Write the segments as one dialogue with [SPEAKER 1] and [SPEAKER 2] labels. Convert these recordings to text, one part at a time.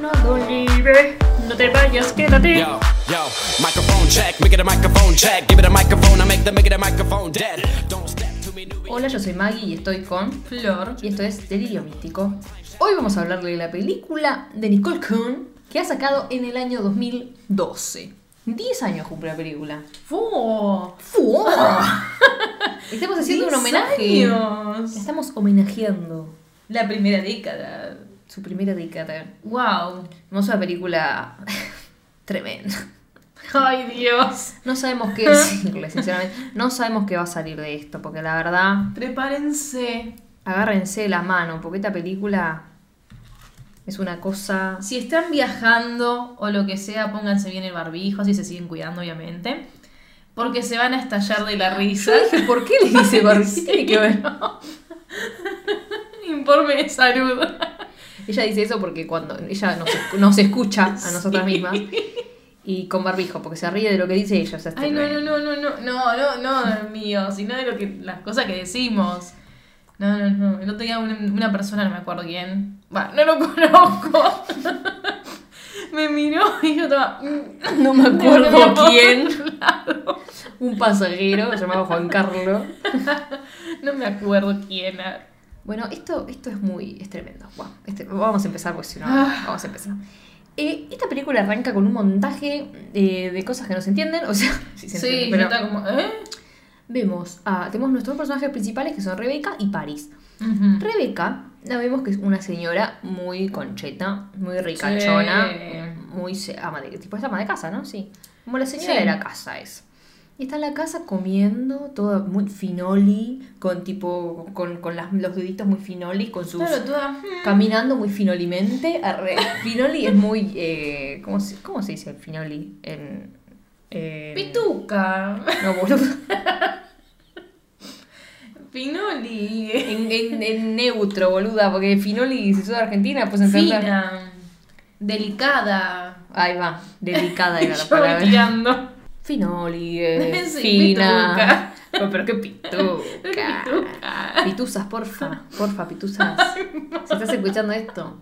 [SPEAKER 1] Nado libre. No te vayas, quédate.
[SPEAKER 2] Yo, yo, microphone check, make it a microphone check. Give it a microphone, I make the make it a microphone dead. Don't step to me, newbie.
[SPEAKER 3] Hola, yo soy Maggie y estoy con
[SPEAKER 1] Flor.
[SPEAKER 3] y esto es Delirio Místico. Hoy vamos a hablarle de la película de Nicole Kuhn que ha sacado en el año 2012. 10 años cumple la película.
[SPEAKER 1] ¡Fu!
[SPEAKER 3] ¡Fu! Estamos haciendo un
[SPEAKER 1] ¡Diez
[SPEAKER 3] homenaje.
[SPEAKER 1] años!
[SPEAKER 3] La estamos homenajeando
[SPEAKER 1] La primera década.
[SPEAKER 3] su primera década.
[SPEAKER 1] ¡Wow!
[SPEAKER 3] Hermosa película tremenda.
[SPEAKER 1] ¡Ay, Dios!
[SPEAKER 3] No sabemos qué decirle, sinceramente. No sabemos qué va a salir de esto, porque la verdad,
[SPEAKER 1] Prepárense.
[SPEAKER 3] agárrense la mano, porque esta película es una cosa.
[SPEAKER 1] Si están viajando o lo que sea, pónganse bien el barbijo, si se siguen cuidando, obviamente. Porque se van a estallar de la risa.
[SPEAKER 3] ¿Por qué le dice Barbie? ¿Qué tiene que ver?
[SPEAKER 1] Informe de salud.
[SPEAKER 3] Ella dice eso porque cuando ella nos, escu- nos escucha a nosotras mismas y con barbijo, porque se ríe de lo que dice ella. o sea, es
[SPEAKER 1] Ay, no, no,
[SPEAKER 3] terrible.
[SPEAKER 1] no, no, no, no, no, no, mío, sino de lo que, las cosas que decimos. No, no, no. El otro día un- una persona, no me acuerdo quién. Va, no lo conozco. me miró y yo estaba. mm,
[SPEAKER 3] No me
[SPEAKER 1] de otro
[SPEAKER 3] acuerdo
[SPEAKER 1] lado.
[SPEAKER 3] quién. Un pasajero llamado Juan Carlos.
[SPEAKER 1] No me acuerdo quién era.
[SPEAKER 3] Bueno, esto, esto es muy. es tremendo. Bueno, este- vamos a empezar porque si no,
[SPEAKER 1] Ah.
[SPEAKER 3] vamos a empezar. Eh, esta película arranca con un montaje eh, de cosas que no se entienden. O sea, sí se entiende,
[SPEAKER 1] Sí, yo
[SPEAKER 3] pero
[SPEAKER 1] estaba como. ¿Eh?
[SPEAKER 3] vemos a. Tenemos nuestros personajes principales que son Rebeca y Paris.
[SPEAKER 1] Ujú.
[SPEAKER 3] Rebeca, la vemos que es una señora muy concheta, muy ricachona,
[SPEAKER 1] Sí.
[SPEAKER 3] muy se- ama de, tipo es ama de casa, ¿no? Sí. Como la señora
[SPEAKER 1] Sí.
[SPEAKER 3] de la casa es. Y está en la casa comiendo, toda muy finoli, con tipo, con, con las- los deditos muy finoli, con sus
[SPEAKER 1] Claro, toda. mm.
[SPEAKER 3] caminando muy finolimente. arre. Finoli es muy. eh, ¿cómo, se, cómo se dice el finoli? En, en-
[SPEAKER 1] Pituca.
[SPEAKER 3] No, boludo.
[SPEAKER 1] Pinoli.
[SPEAKER 3] En, en- en neutro, boluda, porque finoli, si sos de Argentina, pues entender.
[SPEAKER 1] Fina. Delicada.
[SPEAKER 3] Ahí va, delicada
[SPEAKER 1] Y
[SPEAKER 3] era la
[SPEAKER 1] yo me
[SPEAKER 3] palabra.
[SPEAKER 1] tirando.
[SPEAKER 3] Finoli, eh,
[SPEAKER 1] Sí,
[SPEAKER 3] fina. Oh,
[SPEAKER 1] pituca.
[SPEAKER 3] Pero, pero qué pituca.
[SPEAKER 1] Pituca.
[SPEAKER 3] Pituzas, porfa, porfa, pituzas. Si estás escuchando esto,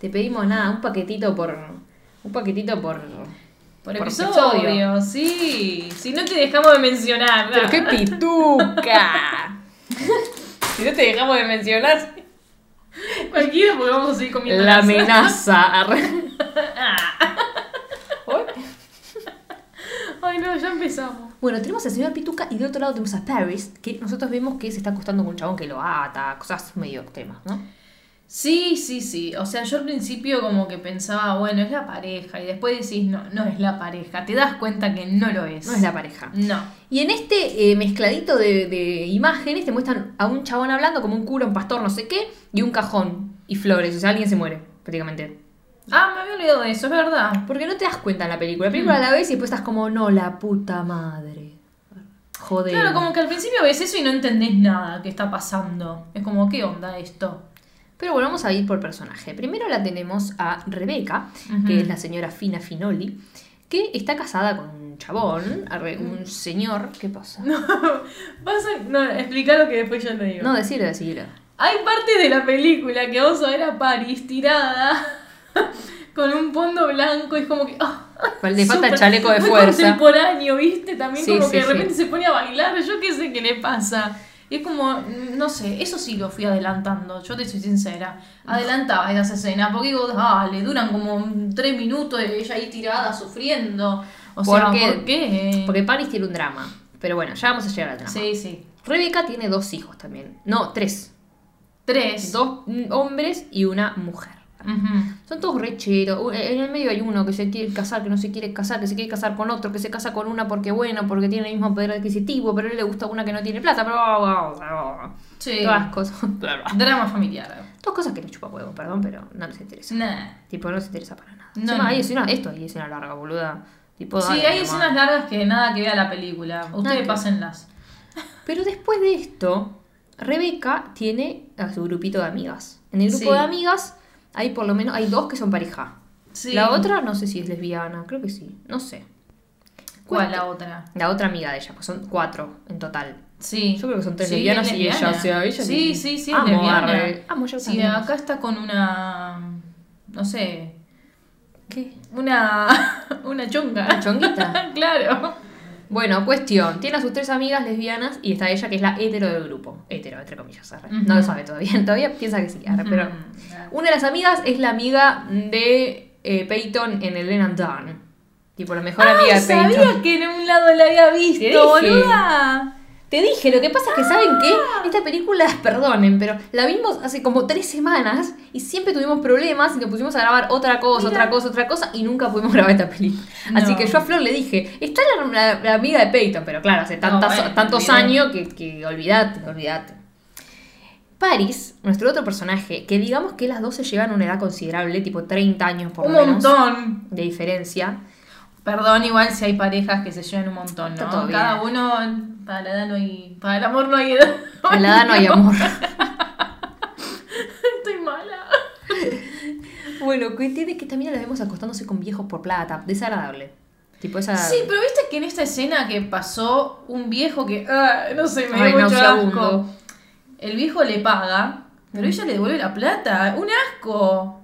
[SPEAKER 3] te pedimos nada, un paquetito por. Un paquetito por.
[SPEAKER 1] Por episodio, sí. Si no te dejamos de mencionar.
[SPEAKER 3] Pero qué pituca. si no te dejamos de mencionar
[SPEAKER 1] Cualquiera porque vamos a seguir comiendo.
[SPEAKER 3] la
[SPEAKER 1] masa.
[SPEAKER 3] amenaza. Arre.
[SPEAKER 1] Ay, no, ya empezamos.
[SPEAKER 3] Bueno, tenemos al señor Pituca y de otro lado tenemos a Paris, que nosotros vemos que se está acostando con un chabón que lo ata, cosas medio extremas, ¿no?
[SPEAKER 1] Sí, sí, sí. O sea, yo al principio como que pensaba, bueno, es la pareja. Y después decís, no, no es la pareja. Te das cuenta que no lo es.
[SPEAKER 3] No es la pareja.
[SPEAKER 1] No.
[SPEAKER 3] Y en este eh, mezcladito de, de imágenes te muestran a un chabón hablando como un cura, un pastor, no sé qué, y un cajón y flores, o sea, alguien se muere, prácticamente.
[SPEAKER 1] Ah, me había olvidado de eso, es verdad.
[SPEAKER 3] Porque no te das cuenta en la película. La película
[SPEAKER 1] Mm.
[SPEAKER 3] la ves y después estás como, no, la puta madre. Joder.
[SPEAKER 1] Claro, como que al principio ves eso y no entendés nada que está pasando. Es como, ¿qué onda esto?
[SPEAKER 3] Pero bueno, vamos a ir por personaje. Primero la tenemos a Rebeca,
[SPEAKER 1] Ujú.
[SPEAKER 3] que es la señora Fina Finoli, que está casada con un chabón, arre- un señor. ¿Qué pasa? No,
[SPEAKER 1] Vas a... No, explica lo que después yo te digo.
[SPEAKER 3] decirlo, decirlo.
[SPEAKER 1] Hay partes de la película que vamos a ver a Paris tirada con un fondo blanco y es como que... ah,
[SPEAKER 3] Le falta el
[SPEAKER 1] súper-
[SPEAKER 3] chaleco de
[SPEAKER 1] muy
[SPEAKER 3] fuerza.
[SPEAKER 1] contemporáneo, ¿viste? También
[SPEAKER 3] Sí,
[SPEAKER 1] como
[SPEAKER 3] sí,
[SPEAKER 1] que de
[SPEAKER 3] sí.
[SPEAKER 1] repente se pone a bailar, yo qué sé qué le pasa. Y es como, no sé, eso sí lo fui adelantando, yo te soy sincera. Adelantaba esas escenas, porque digo, dale, duran como tres minutos de ella ahí tirada, sufriendo. O sea,
[SPEAKER 3] Porque-
[SPEAKER 1] ¿por qué?
[SPEAKER 3] Porque Paris tiene un drama. Pero bueno, ya vamos a llegar al drama.
[SPEAKER 1] Sí, sí.
[SPEAKER 3] Rebeca tiene dos hijos también. No, tres.
[SPEAKER 1] Tres.
[SPEAKER 3] Dos mm, hombres y una mujer.
[SPEAKER 1] Ujú.
[SPEAKER 3] Son todos recheros. U- eh, En el medio hay uno que se quiere casar, que no se quiere casar, que se quiere casar con otro, que se casa con una porque bueno, porque tiene el mismo poder adquisitivo, pero a él le gusta una que no tiene plata, pero bla, bla, bla, bla.
[SPEAKER 1] Sí.
[SPEAKER 3] todas cosas. bla, bla.
[SPEAKER 1] Drama familiar.
[SPEAKER 3] Todas cosas que me chupa huevo, perdón, pero no les interesa.
[SPEAKER 1] Nah.
[SPEAKER 3] Tipo, no les interesa para nada.
[SPEAKER 1] Mm. No,
[SPEAKER 3] Encima
[SPEAKER 1] no.
[SPEAKER 3] hay escena- esto hay escena larga, boluda. Tipo, Pues
[SPEAKER 1] Sí,
[SPEAKER 3] dale,
[SPEAKER 1] hay
[SPEAKER 3] mi amor.
[SPEAKER 1] escenas largas que nada que vea la película.
[SPEAKER 3] Nada
[SPEAKER 1] Ustedes
[SPEAKER 3] que-
[SPEAKER 1] pásenlas.
[SPEAKER 3] Pero después de esto, Rebeca tiene a su grupito de amigas. En el grupo
[SPEAKER 1] Sí.
[SPEAKER 3] de amigas hay por lo menos hay dos que son pareja.
[SPEAKER 1] Sí.
[SPEAKER 3] La otra no sé si es lesbiana, creo que sí, no sé.
[SPEAKER 1] ¿Cuál
[SPEAKER 3] Cueste-
[SPEAKER 1] la otra?
[SPEAKER 3] La otra amiga de ella, pues son cuatro en total.
[SPEAKER 1] Sí.
[SPEAKER 3] Yo creo que son tres
[SPEAKER 1] Sí,
[SPEAKER 3] lesbianas
[SPEAKER 1] es
[SPEAKER 3] y ella,
[SPEAKER 1] lesbiana.
[SPEAKER 3] o sea, ella
[SPEAKER 1] Sí,
[SPEAKER 3] ni-
[SPEAKER 1] sí, sí, es
[SPEAKER 3] Amo a
[SPEAKER 1] lesbiana.
[SPEAKER 3] Re- Amo yo
[SPEAKER 1] Si
[SPEAKER 3] también.
[SPEAKER 1] acá está con una. No sé.
[SPEAKER 3] ¿Qué?
[SPEAKER 1] Una. Una
[SPEAKER 3] ¿Una
[SPEAKER 1] chonga.
[SPEAKER 3] chonguita?
[SPEAKER 1] claro.
[SPEAKER 3] Bueno, cuestión. Tiene a sus tres amigas lesbianas y está ella que es la hetero del grupo. Hetero, entre comillas. arre. No lo
[SPEAKER 1] Ujú.
[SPEAKER 3] sabe todavía. Todavía piensa que sí. arre, Pero
[SPEAKER 1] Ujú.
[SPEAKER 3] una de las amigas es la amiga de eh, Peyton en el Len and Don. Tipo, la mejor amiga
[SPEAKER 1] Ay,
[SPEAKER 3] de Peyton.
[SPEAKER 1] Ah, sabía que en un lado la había visto,
[SPEAKER 3] Te dije.
[SPEAKER 1] boluda.
[SPEAKER 3] Te dije, lo que pasa es que, ¿saben
[SPEAKER 1] Ah.
[SPEAKER 3] qué? Esta película, perdonen, pero la vimos hace como tres semanas y siempre tuvimos problemas y nos pusimos a grabar otra cosa,
[SPEAKER 1] Mira.
[SPEAKER 3] otra cosa, otra cosa y nunca pudimos grabar esta película. Así
[SPEAKER 1] No.
[SPEAKER 3] que yo a Flor le dije, está la, la- la amiga de Peyton, pero claro, hace tantas-
[SPEAKER 1] No, bueno,
[SPEAKER 3] tantos
[SPEAKER 1] olvidé.
[SPEAKER 3] años que, que olvidate, olvidate. Paris, nuestro otro personaje, que digamos que las dos se llevan a una edad considerable, tipo 30 años por
[SPEAKER 1] Un
[SPEAKER 3] lo menos
[SPEAKER 1] montón.
[SPEAKER 3] de diferencia.
[SPEAKER 1] Perdón, igual si hay parejas que se llevan un montón, ¿no?
[SPEAKER 3] Está todo bien.
[SPEAKER 1] Cada uno, para la edad no hay. Para el amor no hay edad.
[SPEAKER 3] A la edad no hay amor.
[SPEAKER 1] Estoy mala.
[SPEAKER 3] Bueno, que tiene que también la vemos acostándose con viejos por plata, desagradable. Tipo esa.
[SPEAKER 1] Sí, pero viste que en esta escena que pasó un viejo que. ah, no sé, me
[SPEAKER 3] Ay,
[SPEAKER 1] dio mucho
[SPEAKER 3] nauseabundo.
[SPEAKER 1] asco. El viejo le paga, pero ella le devuelve la plata. ¡Un asco!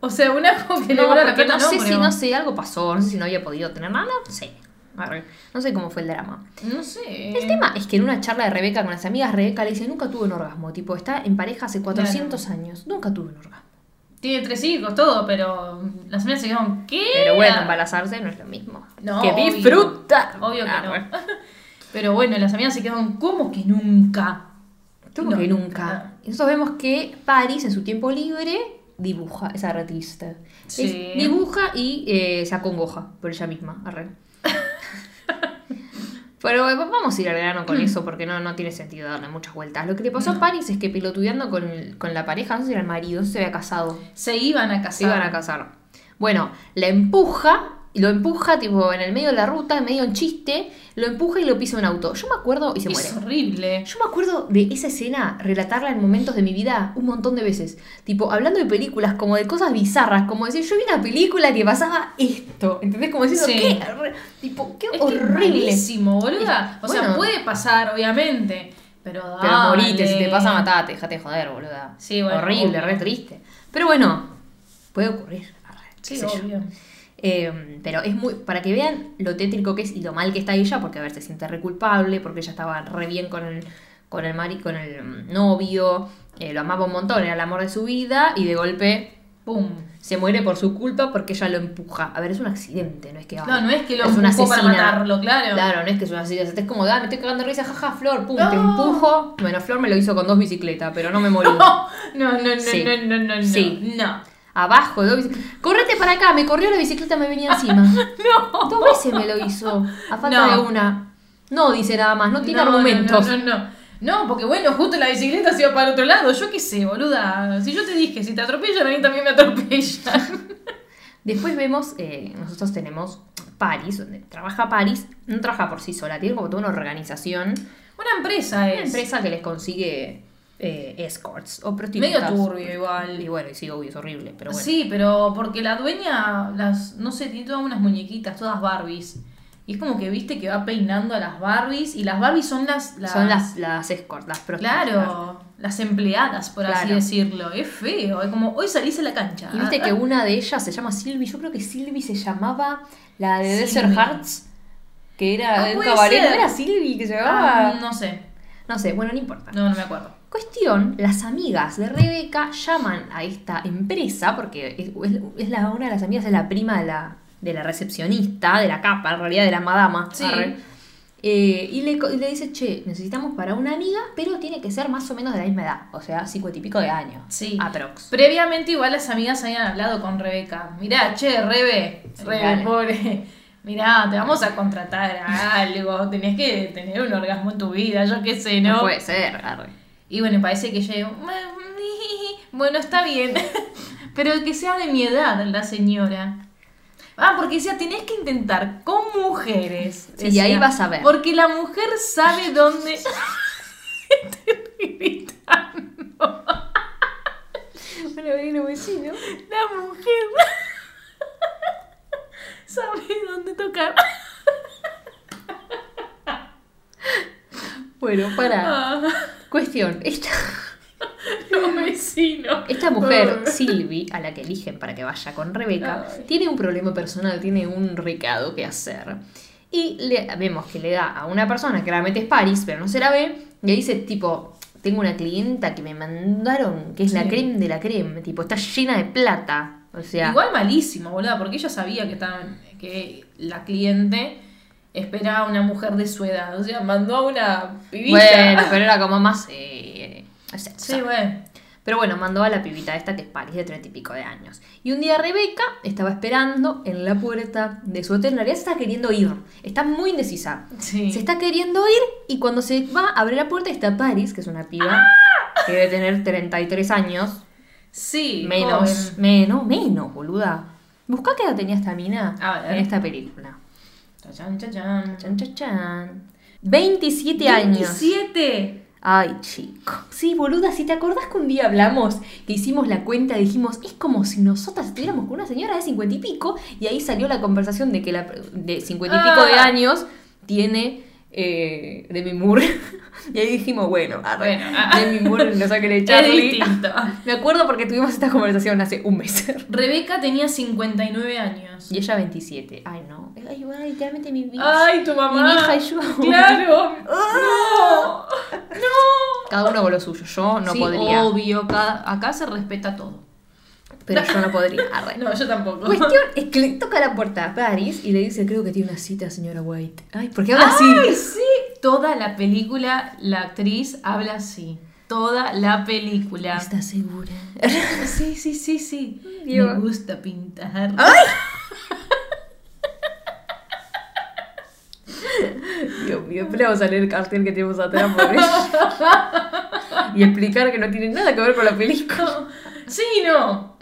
[SPEAKER 1] O sea, un asco que le
[SPEAKER 3] No,
[SPEAKER 1] devuelve la
[SPEAKER 3] porque
[SPEAKER 1] plata.
[SPEAKER 3] no sé si
[SPEAKER 1] creo.
[SPEAKER 3] no sé, algo pasó, no sé si no había podido tener nada, no sé. Arre, No sé cómo fue el drama.
[SPEAKER 1] No sé.
[SPEAKER 3] El tema es que en una charla de Rebeca con las amigas, Rebeca le dice, nunca tuve un orgasmo. Tipo, está en pareja hace 400 años, nunca tuve un orgasmo.
[SPEAKER 1] Tiene tres hijos, todo, pero las amigas se quedaron. ¿Qué?
[SPEAKER 3] Pero bueno, embarazarse no es lo mismo.
[SPEAKER 1] No,
[SPEAKER 3] que Ah,
[SPEAKER 1] obvio.
[SPEAKER 3] disfruta.
[SPEAKER 1] Obvio que
[SPEAKER 3] Arre.
[SPEAKER 1] no. Pero bueno, las amigas se quedaron. ¿Cómo que nunca?
[SPEAKER 3] Creo
[SPEAKER 1] No,
[SPEAKER 3] que
[SPEAKER 1] nunca. Ah.
[SPEAKER 3] nunca. Y Nosotros vemos que Paris en su tiempo libre dibuja, es artista.
[SPEAKER 1] Sí.
[SPEAKER 3] Es- dibuja y eh, se acongoja por ella misma. arre. Pero eh, vamos a ir al grano
[SPEAKER 1] Mm.
[SPEAKER 3] con eso porque no, no tiene sentido darle muchas vueltas. Lo que le pasó a Paris es que pilotudeando con, el- con la pareja, no sé si era el marido, no sé si se había casado.
[SPEAKER 1] Se iban a casar.
[SPEAKER 3] Se iban a casar. Bueno, la empuja, lo empuja tipo en el medio de la ruta, en medio de un chiste, lo empuja y lo pisa un auto. Yo me acuerdo y se muere.
[SPEAKER 1] Es horrible.
[SPEAKER 3] Yo me acuerdo de esa escena, relatarla en momentos de mi vida un montón de veces. Tipo, hablando de películas, como de cosas bizarras, como decir, yo vi una película que pasaba esto. ¿Entendés? Como diciendo,
[SPEAKER 1] Sí.
[SPEAKER 3] qué, horri- tipo, qué
[SPEAKER 1] Es que es
[SPEAKER 3] horrible.
[SPEAKER 1] malísimo, boluda. O sea,
[SPEAKER 3] bueno.
[SPEAKER 1] puede pasar, obviamente. Pero
[SPEAKER 3] Pero
[SPEAKER 1] dale.
[SPEAKER 3] morite, si te pasa, matate, dejate de joder, boluda.
[SPEAKER 1] Sí, bueno,
[SPEAKER 3] Horrible,
[SPEAKER 1] obvio.
[SPEAKER 3] re triste. Pero bueno, puede ocurrir. arre, qué
[SPEAKER 1] Sí,
[SPEAKER 3] sé yo.
[SPEAKER 1] obvio.
[SPEAKER 3] Eh, pero es muy. Para que vean lo tétrico que es y lo mal que está ella, porque a ver, se siente re culpable, porque ella estaba re bien con el, con el mari, con el mm, novio, eh, lo amaba un montón, era el amor de su vida, y de golpe
[SPEAKER 1] Pum.
[SPEAKER 3] se muere por su culpa porque ella lo empuja. A ver, es un accidente, no es que. ay,
[SPEAKER 1] No, no es que lo
[SPEAKER 3] es una
[SPEAKER 1] empujó para
[SPEAKER 3] asesina.
[SPEAKER 1] matarlo, claro.
[SPEAKER 3] Claro, no es que es una asesina. Es como, ah, me estoy cagando de risa, jaja, Flor, pum, te
[SPEAKER 1] No.
[SPEAKER 3] empujo. Bueno, Flor me lo hizo con dos bicicletas, pero no me morí.
[SPEAKER 1] No, no, no, no,
[SPEAKER 3] Sí.
[SPEAKER 1] no, no, no, no.
[SPEAKER 3] Sí.
[SPEAKER 1] No.
[SPEAKER 3] Abajo, dos bicicletas. Correte para acá, me corrió la bicicleta, me venía encima.
[SPEAKER 1] No.
[SPEAKER 3] Dos veces me lo hizo, a falta
[SPEAKER 1] No.
[SPEAKER 3] de una. No dice nada más, no tiene
[SPEAKER 1] No,
[SPEAKER 3] argumentos.
[SPEAKER 1] No, no, no, no. No, porque bueno, justo la bicicleta se iba para otro lado. Yo qué sé, boluda. Si yo te dije, si te atropellan, a mí también me atropellan.
[SPEAKER 3] Después vemos, eh, nosotros tenemos París, donde trabaja París, no trabaja por sí sola, tiene como toda una organización,
[SPEAKER 1] Una empresa es.
[SPEAKER 3] una empresa que les consigue eh, escorts o
[SPEAKER 1] Medio
[SPEAKER 3] prostitutas.
[SPEAKER 1] turbio igual.
[SPEAKER 3] Y bueno, y sí, obvio, es horrible, pero bueno.
[SPEAKER 1] Sí, pero porque la dueña, las, no sé, tiene todas unas muñequitas, todas Barbies. Y es como que viste que va peinando a las Barbies y las Barbies son las... las-
[SPEAKER 3] Son las, las escorts, las prostitutas.
[SPEAKER 1] Claro, las empleadas, por así
[SPEAKER 3] Claro.
[SPEAKER 1] decirlo. Es feo, es como hoy salís a la cancha.
[SPEAKER 3] Y viste
[SPEAKER 1] Ah,
[SPEAKER 3] que
[SPEAKER 1] ah.
[SPEAKER 3] una de ellas se llama Sylvie, yo creo que Sylvie se llamaba la de Desert
[SPEAKER 1] Sylvie.
[SPEAKER 3] Hearts, que era
[SPEAKER 1] Ah,
[SPEAKER 3] de un
[SPEAKER 1] puede
[SPEAKER 3] cabaret,
[SPEAKER 1] ser.
[SPEAKER 3] ¿no era Sylvie que se llamaba?
[SPEAKER 1] Ah, no sé,
[SPEAKER 3] No sé, bueno, no importa.
[SPEAKER 1] no, no me acuerdo.
[SPEAKER 3] Cuestión, las amigas de Rebeca llaman a esta empresa, porque es, es la, una de las amigas es la prima de la, de la recepcionista, de la capa, en realidad de la madama.
[SPEAKER 1] Sí.
[SPEAKER 3] arre. Eh, y, le, co- y le dice, che, necesitamos para una amiga, pero tiene que ser más o menos de la misma edad, o sea, cincuenta y pico de años.
[SPEAKER 1] Sí.
[SPEAKER 3] Aprox.
[SPEAKER 1] Previamente igual las amigas habían hablado con Rebeca. Mirá, che, Rebe,
[SPEAKER 3] Sí,
[SPEAKER 1] Rebe,
[SPEAKER 3] dale.
[SPEAKER 1] pobre. Mirá, te vamos a contratar a algo. Tenés que tener un orgasmo en tu vida, yo qué sé, ¿no?
[SPEAKER 3] No puede ser, arre.
[SPEAKER 1] Y bueno, parece que ella. Bueno, está bien. Pero que sea de mi edad la señora. Ah, porque decía, tenés que intentar con mujeres.
[SPEAKER 3] Sí,
[SPEAKER 1] decía,
[SPEAKER 3] y ahí vas a ver.
[SPEAKER 1] Porque la mujer sabe dónde. Estoy gritando.
[SPEAKER 3] Bueno, vino vecino.
[SPEAKER 1] La mujer sabe dónde tocar.
[SPEAKER 3] Bueno, para.
[SPEAKER 1] Ah,
[SPEAKER 3] Cuestión, esta...
[SPEAKER 1] no me vecino.
[SPEAKER 3] Esta mujer,
[SPEAKER 1] Ah.
[SPEAKER 3] Sylvie, a la que eligen para que vaya con Rebeca,
[SPEAKER 1] Ay.
[SPEAKER 3] tiene un problema personal, tiene un recado que hacer. Y le, vemos que le da a una persona, claramente es Paris, pero no se la ve, y le dice tipo, tengo una clienta que me mandaron, que es la
[SPEAKER 1] Sí.
[SPEAKER 3] creme de la creme, tipo, está llena de plata. O sea,
[SPEAKER 1] Igual malísimo, boluda, porque ella sabía que, estaban, que la cliente esperaba a una mujer de su edad. O sea, mandó a una pibita.
[SPEAKER 3] bueno, pero era como más... eh, o sea, o
[SPEAKER 1] Sí,
[SPEAKER 3] sea,
[SPEAKER 1] bueno.
[SPEAKER 3] Pero bueno, mandó a la pibita esta que es Paris, de treinta y pico de años. Y un día Rebeca estaba esperando en la puerta de su hotel. En realidad se está queriendo ir. Está muy indecisa.
[SPEAKER 1] Sí.
[SPEAKER 3] Se está queriendo ir y cuando se va a abrir la puerta está Paris, que es una piba que debe tener 33 años.
[SPEAKER 1] ¡Ah! Sí,
[SPEAKER 3] Menos,
[SPEAKER 1] joven.
[SPEAKER 3] menos, menos, boluda. Buscá qué edad tenía esta mina
[SPEAKER 1] A ver.
[SPEAKER 3] en esta película.
[SPEAKER 1] Chachán, chachán.
[SPEAKER 3] Chan, chan, chan. 27 años.
[SPEAKER 1] 27.
[SPEAKER 3] Ay, chico. Sí, boluda, si te acordás que un día hablamos, que hicimos la cuenta, dijimos, es como si nosotras estuviéramos con una señora de cincuenta y pico, y ahí salió la conversación de que la de cincuenta y pico de
[SPEAKER 1] Ah.
[SPEAKER 3] años tiene eh, Demi Moore. y ahí dijimos, bueno, arre,
[SPEAKER 1] Bueno, ah.
[SPEAKER 3] Demi Moore, no sé qué de Charlie.
[SPEAKER 1] Es distinto. Ah.
[SPEAKER 3] Me acuerdo porque tuvimos esta conversación hace un mes.
[SPEAKER 1] Rebeca tenía 59 años.
[SPEAKER 3] y ella 27. Ay, no. Ay, igual, literalmente mi vida.
[SPEAKER 1] Ay, tu mamá.
[SPEAKER 3] Mi hija y yo.
[SPEAKER 1] Claro.
[SPEAKER 3] Ah.
[SPEAKER 1] No. No.
[SPEAKER 3] Cada uno con lo suyo. Yo no
[SPEAKER 1] Sí,
[SPEAKER 3] podría.
[SPEAKER 1] Obvio, cada- acá se respeta todo.
[SPEAKER 3] Pero yo no podría. Arre.
[SPEAKER 1] No, yo tampoco.
[SPEAKER 3] Cuestión es que le toca la puerta a Paris y le dice, creo que tiene una cita, señora White. Ay, ¿por qué habla
[SPEAKER 1] Ay,
[SPEAKER 3] así?
[SPEAKER 1] sí. Toda la película, la actriz habla así. Toda la película.
[SPEAKER 3] ¿Estás segura?
[SPEAKER 1] Sí, sí, sí, sí.
[SPEAKER 3] Dios.
[SPEAKER 1] Me gusta pintar.
[SPEAKER 3] Dios mío, pero vamos a leer el cartel que tenemos atrás por eso. y explicar que no tiene nada que ver con la película.
[SPEAKER 1] Sí, no.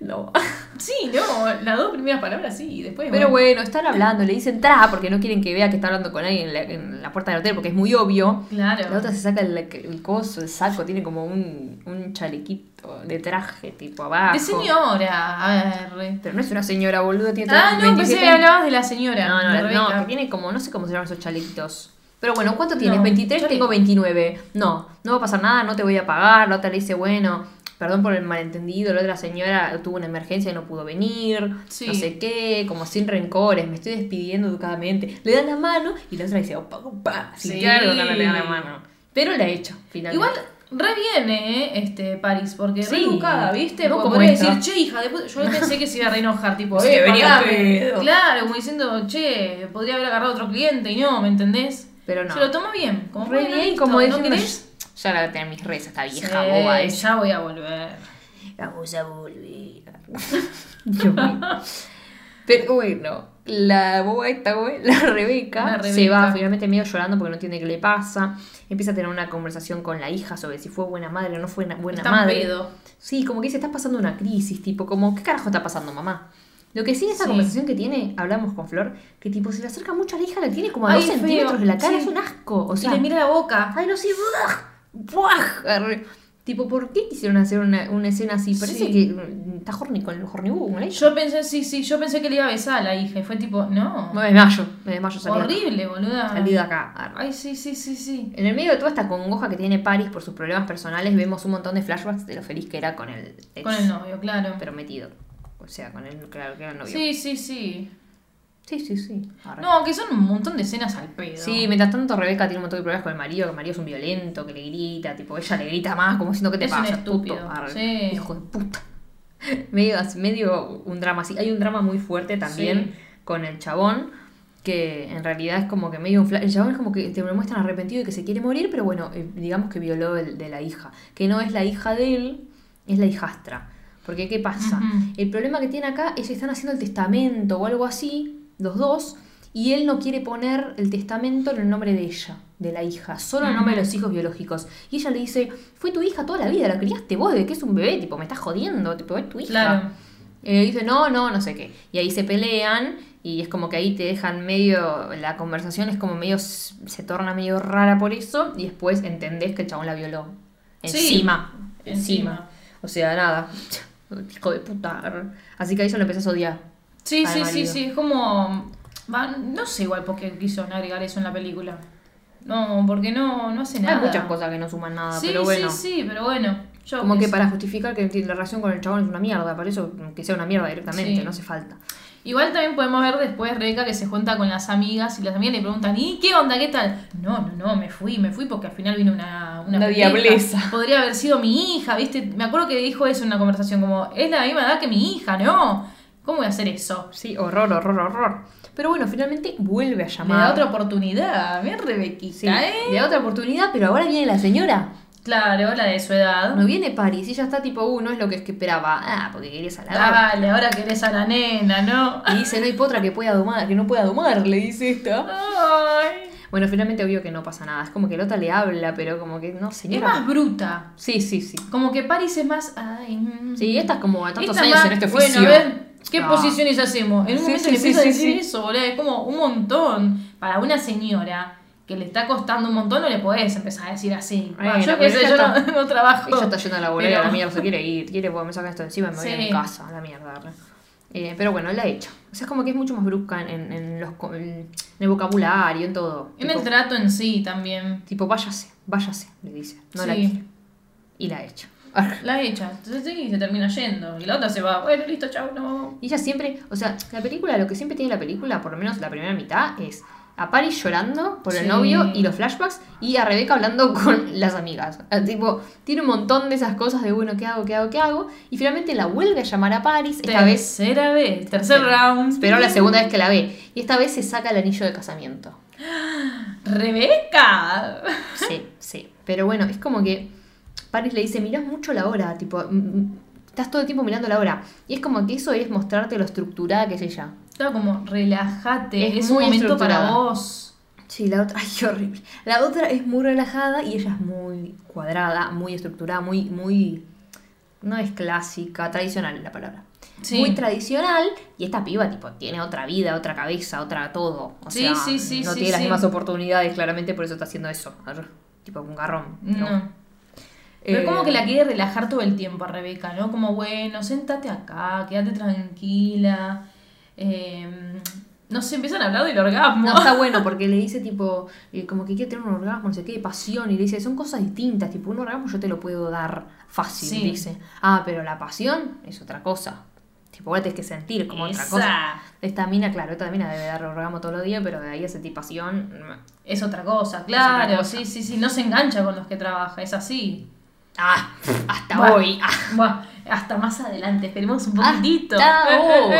[SPEAKER 3] No.
[SPEAKER 1] Sí, no. Las dos primeras palabras sí. Y después.
[SPEAKER 3] Pero bueno, están hablando, le dicen tra porque no quieren que vea que está hablando con alguien en la, en la puerta del hotel porque es muy obvio.
[SPEAKER 1] Claro.
[SPEAKER 3] La otra se saca el, el coso, el saco, tiene como un, un chalequito de traje tipo abajo.
[SPEAKER 1] De señora. A ver.
[SPEAKER 3] Pero no es una señora, boludo, tiene
[SPEAKER 1] Ah, no, pensé
[SPEAKER 3] 27
[SPEAKER 1] que hablabas de la señora.
[SPEAKER 3] No, no,
[SPEAKER 1] de Rebeca.
[SPEAKER 3] no, que tiene como, no sé cómo se llaman esos chalequitos. Pero bueno, ¿cuánto tienes?
[SPEAKER 1] No,
[SPEAKER 3] 23,
[SPEAKER 1] chale-
[SPEAKER 3] tengo 29. No, no va a pasar nada, no te voy a pagar. La otra le dice, bueno, perdón por el malentendido. La otra señora tuvo una emergencia y no pudo venir.
[SPEAKER 1] Sí.
[SPEAKER 3] No sé qué, como sin rencores, me estoy despidiendo educadamente. Le dan la mano y la otra dice, "Oh, opa, opa. Sin
[SPEAKER 1] Ah, Sí.
[SPEAKER 3] claro, no le dan la mano. Pero la he hecho, finalmente.
[SPEAKER 1] Igual re viene, ¿eh? Este, Paris, porque re
[SPEAKER 3] Sí.
[SPEAKER 1] educada, ¿viste?
[SPEAKER 3] No
[SPEAKER 1] Porque
[SPEAKER 3] como
[SPEAKER 1] podría
[SPEAKER 3] esta.
[SPEAKER 1] decir, che, hija, después yo pensé que se iba a reenojar, tipo,
[SPEAKER 3] Se
[SPEAKER 1] eh,
[SPEAKER 3] venía
[SPEAKER 1] pagame".
[SPEAKER 3] pedo.
[SPEAKER 1] Claro, como diciendo, che, podría haber agarrado otro cliente y no, ¿me entendés?
[SPEAKER 3] Pero no.
[SPEAKER 1] Se lo toma bien, como
[SPEAKER 3] Re
[SPEAKER 1] bueno,
[SPEAKER 3] bien,
[SPEAKER 1] listo,
[SPEAKER 3] como
[SPEAKER 1] ¿no
[SPEAKER 3] diciendo,
[SPEAKER 1] querés?
[SPEAKER 3] ya la voy a tener mis redes, esta
[SPEAKER 1] Sí,
[SPEAKER 3] vieja boba esa.
[SPEAKER 1] ya voy a volver.
[SPEAKER 3] Vamos a volver. Dios mío. Pero bueno, la boba esta, güey, la Rebeca,
[SPEAKER 1] La Rebeca.
[SPEAKER 3] se va finalmente medio llorando porque no entiende qué le pasa. Empieza a tener una conversación con la hija sobre si fue buena madre o no fue una buena
[SPEAKER 1] Está en
[SPEAKER 3] madre.
[SPEAKER 1] pedo.
[SPEAKER 3] Sí, como que dice, estás pasando una crisis, tipo, como, ¿qué carajo está pasando, mamá? Lo que sí, esa
[SPEAKER 1] Sí.
[SPEAKER 3] conversación que tiene, hablamos con Flor, que tipo, se le acerca mucho a la hija, la tiene como a
[SPEAKER 1] Ay,
[SPEAKER 3] dos
[SPEAKER 1] feo.
[SPEAKER 3] centímetros de la cara,
[SPEAKER 1] Sí.
[SPEAKER 3] es un asco. O sea,
[SPEAKER 1] y le mira la boca.
[SPEAKER 3] Ay, no sé, ¡buah! ¡buah! Arre. Tipo, ¿por qué quisieron hacer una, una escena así? Parece
[SPEAKER 1] Sí.
[SPEAKER 3] que mm, está horny uh, con el hornibú, ¿no?
[SPEAKER 1] Yo pensé, sí, sí, yo pensé que le iba a besar a la hija y fue tipo, no.
[SPEAKER 3] Me desmayo, me desmayo salida.
[SPEAKER 1] horrible, boluda.
[SPEAKER 3] Salí de acá. arre.
[SPEAKER 1] Ay, sí, sí, sí, sí.
[SPEAKER 3] En el medio de toda esta congoja que tiene Paris por sus problemas personales, vemos un montón de flashbacks de lo feliz que era con el ex
[SPEAKER 1] Con el novio, claro.
[SPEAKER 3] prometido. O sea, con el claro, que era el novio.
[SPEAKER 1] Sí, sí, sí.
[SPEAKER 3] sí, sí. sí. Arre.
[SPEAKER 1] No, que son un montón de escenas al pedo.
[SPEAKER 3] Sí, mientras tanto Rebeca tiene un montón de problemas con el marido, que el marido es un violento, que le grita, tipo, ella le grita más, como diciendo que te
[SPEAKER 1] Es un
[SPEAKER 3] pasa,
[SPEAKER 1] estúpido,
[SPEAKER 3] puto? Arre,
[SPEAKER 1] sí.
[SPEAKER 3] Hijo de puta. Medio, así- medio un drama así. Hay un drama muy fuerte también
[SPEAKER 1] Sí.
[SPEAKER 3] con el chabón, que en realidad es como que medio un fla- El chabón es como que te lo muestran arrepentido y que se quiere morir, pero bueno, eh, digamos que violó el de la hija. Que no es la hija de él, es la hijastra. Porque, ¿qué pasa?
[SPEAKER 1] Ujú.
[SPEAKER 3] El problema que tiene acá es que están haciendo el testamento o algo así, los dos, y él no quiere poner el testamento en el nombre de ella, de la hija, solo en el nombre de los hijos biológicos. Y ella le dice, fue tu hija toda la vida, la criaste vos desde que es un bebé, tipo, me estás jodiendo, tipo, es tu hija.
[SPEAKER 1] Claro.
[SPEAKER 3] Eh, dice, no, no, no sé qué. Y ahí se pelean y es como que ahí te dejan medio, la conversación es como medio, s- se torna medio rara por eso y después entendés que el chabón la violó.
[SPEAKER 1] Sí,
[SPEAKER 3] Encima. encima.
[SPEAKER 1] encima.
[SPEAKER 3] O sea, nada. Hijo de puta. Así que ahí yo lo empezás a odiar.
[SPEAKER 1] Sí,
[SPEAKER 3] Al
[SPEAKER 1] sí, sí,
[SPEAKER 3] marido.
[SPEAKER 1] sí, es como... va, no sé igual por qué quiso agregar eso en la película. No, porque no, no hace nada.
[SPEAKER 3] Hay muchas cosas que no suman nada,
[SPEAKER 1] Sí,
[SPEAKER 3] pero bueno.
[SPEAKER 1] sí, sí, pero bueno. Yo
[SPEAKER 3] Como que
[SPEAKER 1] es-
[SPEAKER 3] para justificar que la relación con el chabón es una mierda, para eso que sea una mierda directamente,
[SPEAKER 1] Sí.
[SPEAKER 3] no hace falta.
[SPEAKER 1] Igual también podemos ver después Rebeca que se junta con las amigas y las amigas le preguntan, ¿y qué onda? ¿Qué tal? No, no, no, me fui, me fui porque al final vino una... Una,
[SPEAKER 3] Una
[SPEAKER 1] pendeja.
[SPEAKER 3] diableza.
[SPEAKER 1] Podría haber sido mi hija, ¿viste? Me acuerdo que dijo eso en una conversación, como, es la misma edad que mi hija, ¿no? ¿Cómo voy a hacer eso?
[SPEAKER 3] Sí, horror, horror, horror. Pero bueno, finalmente vuelve a
[SPEAKER 1] Me
[SPEAKER 3] llamar.
[SPEAKER 1] da otra oportunidad, bien Rebequita,
[SPEAKER 3] Sí,
[SPEAKER 1] ¿eh?
[SPEAKER 3] le da otra oportunidad, pero ahora viene la señora.
[SPEAKER 1] Claro, la de su edad.
[SPEAKER 3] No viene Paris, ella está tipo, uh, no es lo que esperaba. Ah, porque querías halagar.
[SPEAKER 1] Dale, ahora querés a la nena, ¿no?
[SPEAKER 3] Y dice, no hay potra que pueda domar, que no pueda domar, le dice esta.
[SPEAKER 1] Ay.
[SPEAKER 3] Bueno, finalmente obvio que no pasa nada. Es como que Lota le habla, pero como que no,
[SPEAKER 1] Es
[SPEAKER 3] señora.
[SPEAKER 1] más bruta.
[SPEAKER 3] Sí, sí, sí.
[SPEAKER 1] Como que Paris es más... Ay, mm.
[SPEAKER 3] Sí, esta es como a tantos
[SPEAKER 1] Esta
[SPEAKER 3] años
[SPEAKER 1] más-
[SPEAKER 3] en este oficio.
[SPEAKER 1] Bueno, a ver, ¿qué
[SPEAKER 3] Ah.
[SPEAKER 1] posiciones hacemos? En un
[SPEAKER 3] Sí,
[SPEAKER 1] momento
[SPEAKER 3] sí,
[SPEAKER 1] le
[SPEAKER 3] sí,
[SPEAKER 1] empieza
[SPEAKER 3] sí,
[SPEAKER 1] a decir
[SPEAKER 3] sí.
[SPEAKER 1] eso, boludo. Es como un montón. Para una señora que le está costando un montón, no le podés empezar a decir así.
[SPEAKER 3] Bueno,
[SPEAKER 1] Bueno, yo qué
[SPEAKER 3] pero
[SPEAKER 1] sé,
[SPEAKER 3] ella
[SPEAKER 1] yo no,
[SPEAKER 3] está-
[SPEAKER 1] no trabajo.
[SPEAKER 3] Ella está yendo a laburar y a la
[SPEAKER 1] Pero-
[SPEAKER 3] mierda, se quiere ir, quiere, bueno, me saca esto de encima y me voy a mi
[SPEAKER 1] Sí.
[SPEAKER 3] casa, a la mierda. re. Eh, pero bueno, la he hecho. O sea, es como que es mucho más brusca en, en- en los, co- en el vocabulario, en todo.
[SPEAKER 1] En
[SPEAKER 3] tipo,
[SPEAKER 1] el trato en sí también.
[SPEAKER 3] tipo, váyase, váyase, le dice. No la
[SPEAKER 1] Sí.
[SPEAKER 3] quiere. Y la he hecho.
[SPEAKER 1] La hecha. Entonces sí, se termina yendo. Y la otra se va. Bueno, listo, chau, no.
[SPEAKER 3] Y ella siempre, o sea, la película, lo que siempre tiene la película, por lo menos la primera mitad, es a Paris llorando por el
[SPEAKER 1] Sí.
[SPEAKER 3] novio y los flashbacks y a Rebeca hablando con las amigas. Ah, Tipo, tiene un montón de esas cosas de, bueno, ¿qué hago? ¿Qué hago? ¿Qué hago? Y finalmente la vuelve a llamar a Paris, esta vez
[SPEAKER 1] Tercera vez. Tercer round.
[SPEAKER 3] Pero la segunda vez que la ve. Y esta vez se saca el anillo de casamiento.
[SPEAKER 1] Rebeca.
[SPEAKER 3] Sí, sí. Pero bueno, es como que Paris le dice, mirás mucho la hora, tipo, mm, mm, estás todo el tiempo mirando la hora. Y es como que eso es mostrarte lo estructurada que es ella.
[SPEAKER 1] Estaba como, relájate.
[SPEAKER 3] Es
[SPEAKER 1] Es, un
[SPEAKER 3] muy
[SPEAKER 1] momento para
[SPEAKER 3] estructurada.
[SPEAKER 1] vos.
[SPEAKER 3] Sí, la otra, ay, qué horrible. La otra es muy relajada y ella es muy cuadrada, muy estructurada, muy, muy, no es clásica, tradicional la palabra.
[SPEAKER 1] Sí.
[SPEAKER 3] Muy tradicional y esta piba tipo tiene otra vida, otra cabeza, otra todo. O
[SPEAKER 1] Sí,
[SPEAKER 3] sea,
[SPEAKER 1] sí, sí,
[SPEAKER 3] no
[SPEAKER 1] sí,
[SPEAKER 3] tiene las
[SPEAKER 1] sí.
[SPEAKER 3] mismas oportunidades, claramente por eso está haciendo eso. Arr, Tipo un garrón. Eh,
[SPEAKER 1] No. Pero es como que la quiere relajar todo el tiempo a Rebeca, ¿no? Como, bueno, sentate acá, quédate tranquila. Eh, no sé, empiezan a hablar del orgasmo.
[SPEAKER 3] No, está bueno porque le dice tipo, eh, como que quiere tener un orgasmo, no sé qué, pasión, y le dice, son cosas distintas, tipo, un orgasmo yo te lo puedo dar fácil,
[SPEAKER 1] Sí.
[SPEAKER 3] dice. Ah, pero la pasión es otra cosa. Tipo, vos la tenés que sentir como otra
[SPEAKER 1] Esa.
[SPEAKER 3] cosa. Esta mina, claro, esta mina debe dar orgasmo todos los días, pero de ahí a sentir pasión. mm.
[SPEAKER 1] Es otra cosa, claro.
[SPEAKER 3] otra cosa.
[SPEAKER 1] Sí, sí, sí. No se engancha con los que trabaja, es así.
[SPEAKER 3] Ah, hasta
[SPEAKER 1] Buah,
[SPEAKER 3] hoy. Ah.
[SPEAKER 1] buah, hasta más adelante, esperemos un poquitito. Eh,
[SPEAKER 3] Hasta hoy.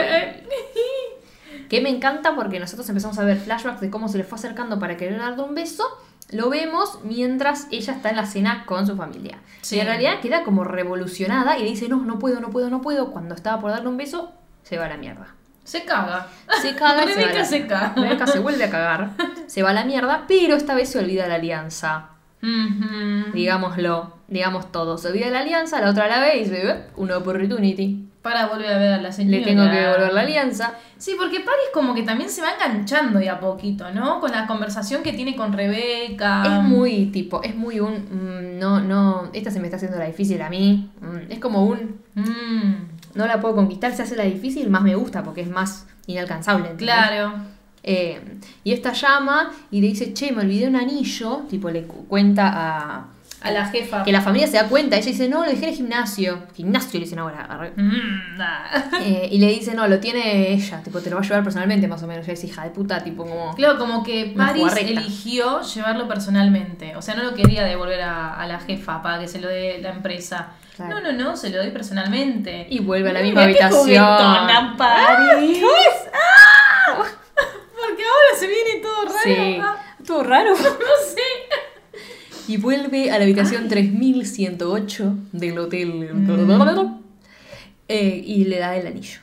[SPEAKER 3] Que me encanta porque nosotros empezamos a ver flashbacks de cómo se le fue acercando para querer darle un beso. Lo vemos mientras ella está en la cena con su familia.
[SPEAKER 1] Sí.
[SPEAKER 3] Y en realidad queda como revolucionada y le dice, no, no puedo, no puedo, no puedo. Cuando estaba por darle un beso, se va a la mierda.
[SPEAKER 1] se caga.
[SPEAKER 3] Se caga. y se va a
[SPEAKER 1] Rebeca
[SPEAKER 3] la
[SPEAKER 1] se
[SPEAKER 3] mierda.
[SPEAKER 1] caga.
[SPEAKER 3] Rebeca se vuelve a cagar. Se va a la mierda, pero esta vez se olvida la alianza.
[SPEAKER 1] Ujú.
[SPEAKER 3] Digámoslo, digamos todo. Se olvida la alianza, la otra la ve y se ve, una opportunity.
[SPEAKER 1] Para volver a ver a la señora.
[SPEAKER 3] Le tengo que devolver la alianza.
[SPEAKER 1] Sí, porque Paris como que también se va enganchando de a poquito, ¿no? Con la conversación que tiene con Rebeca.
[SPEAKER 3] Es muy tipo, es muy un. mm, no, no, esta se me está haciendo la difícil a mí. Mm, Es como un.
[SPEAKER 1] Mm,
[SPEAKER 3] No la puedo conquistar, se hace la difícil, más me gusta porque es más inalcanzable. ¿entendés?
[SPEAKER 1] claro.
[SPEAKER 3] Eh, y esta llama y le dice, che, me olvidé un anillo. Tipo, le cu- cuenta a.
[SPEAKER 1] A la jefa.
[SPEAKER 3] Que la familia se da cuenta. Ella dice, no, lo dejé en el gimnasio. Gimnasio le dicen ahora. arre.
[SPEAKER 1] Mm, ah.
[SPEAKER 3] Eh, y le dice, no, lo tiene ella. Tipo, te lo va a llevar personalmente, más o menos. Ella es hija de puta, tipo, como.
[SPEAKER 1] Claro, como que
[SPEAKER 3] Una
[SPEAKER 1] Paris
[SPEAKER 3] jugarreta.
[SPEAKER 1] eligió llevarlo personalmente. O sea, no lo quería devolver a, a la jefa para que se lo dé la empresa.
[SPEAKER 3] Claro.
[SPEAKER 1] No, no, no, se lo doy personalmente.
[SPEAKER 3] Y vuelve a la
[SPEAKER 1] Mira
[SPEAKER 3] misma
[SPEAKER 1] qué
[SPEAKER 3] habitación.
[SPEAKER 1] juguetona, Paris. ¡Ah! Porque ahora se viene todo raro.
[SPEAKER 3] Sí.
[SPEAKER 1] Ah,
[SPEAKER 3] Todo raro.
[SPEAKER 1] No sé.
[SPEAKER 3] Y vuelve a la habitación 3108 del hotel.
[SPEAKER 1] Mm.
[SPEAKER 3] Eh, y le da el anillo.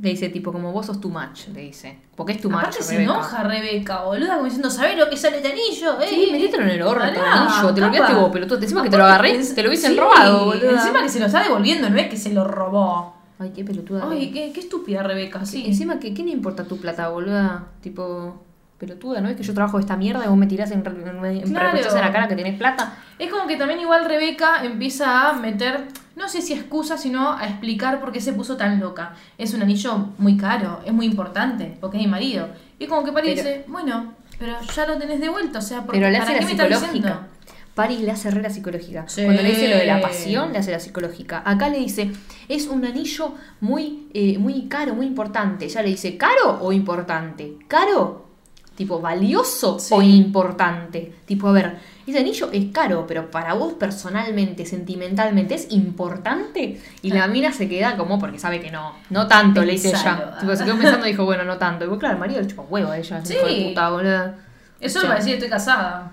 [SPEAKER 3] Le dice, tipo, como vos sos too much, le dice. Porque es too much.
[SPEAKER 1] Aparte se
[SPEAKER 3] Rebeca.
[SPEAKER 1] enoja Rebeca, boluda, como diciendo, ¿sabés lo que sale de anillo? Eh,
[SPEAKER 3] Sí, metítelo en el orto, el
[SPEAKER 1] pará,
[SPEAKER 3] anillo. Te lo
[SPEAKER 1] capa.
[SPEAKER 3] quedaste vos, pelotudo. Encima que te lo
[SPEAKER 1] Aparte,
[SPEAKER 3] agarré,
[SPEAKER 1] en-
[SPEAKER 3] te lo hubiesen
[SPEAKER 1] sí,
[SPEAKER 3] robado, boludo.
[SPEAKER 1] Encima que se lo está devolviendo, no es que se lo robó.
[SPEAKER 3] Ay, qué pelotuda.
[SPEAKER 1] Ay, qué, qué estúpida Rebeca, sí.
[SPEAKER 3] Encima que, ¿qué le importa tu plata, boluda? Tipo, pelotuda, ¿no es que yo trabajo esta mierda y vos me tirás en, en, en
[SPEAKER 1] Claro.
[SPEAKER 3] prepuchás en la cara que tenés plata?
[SPEAKER 1] Es como que también igual Rebeca empieza a meter, no sé si excusas, sino a explicar por qué se puso tan loca. Es un anillo muy caro, es muy importante, porque es mi marido. Y es como que Pari
[SPEAKER 3] Pero-
[SPEAKER 1] dice, bueno, pero ya lo tenés de vuelta, o sea, porque,
[SPEAKER 3] Pero le
[SPEAKER 1] ¿para
[SPEAKER 3] hace
[SPEAKER 1] qué
[SPEAKER 3] la
[SPEAKER 1] me estás
[SPEAKER 3] psicológica.
[SPEAKER 1] diciendo?
[SPEAKER 3] París le hace re la psicológica.
[SPEAKER 1] Sí.
[SPEAKER 3] Cuando le dice lo de la pasión, le hace la psicológica. Acá le dice, es un anillo muy, eh, muy caro, muy importante. Ya le dice, ¿caro o importante? ¿Caro? Tipo, ¿valioso
[SPEAKER 1] Sí.
[SPEAKER 3] o importante? Tipo, a ver, ese anillo es caro, pero para vos personalmente, sentimentalmente, ¿es importante? Y
[SPEAKER 1] Ah.
[SPEAKER 3] la mina se queda como porque sabe que no, no tanto, le dice
[SPEAKER 1] Pensalo.
[SPEAKER 3] ella. Tipo, se quedó pensando y dijo, bueno, no tanto. Y vos, claro, el marido le chupa un huevo a ella.
[SPEAKER 1] Sí.
[SPEAKER 3] hijo de puta, boludo.
[SPEAKER 1] Eso
[SPEAKER 3] O
[SPEAKER 1] es
[SPEAKER 3] sea,
[SPEAKER 1] para decir estoy casada.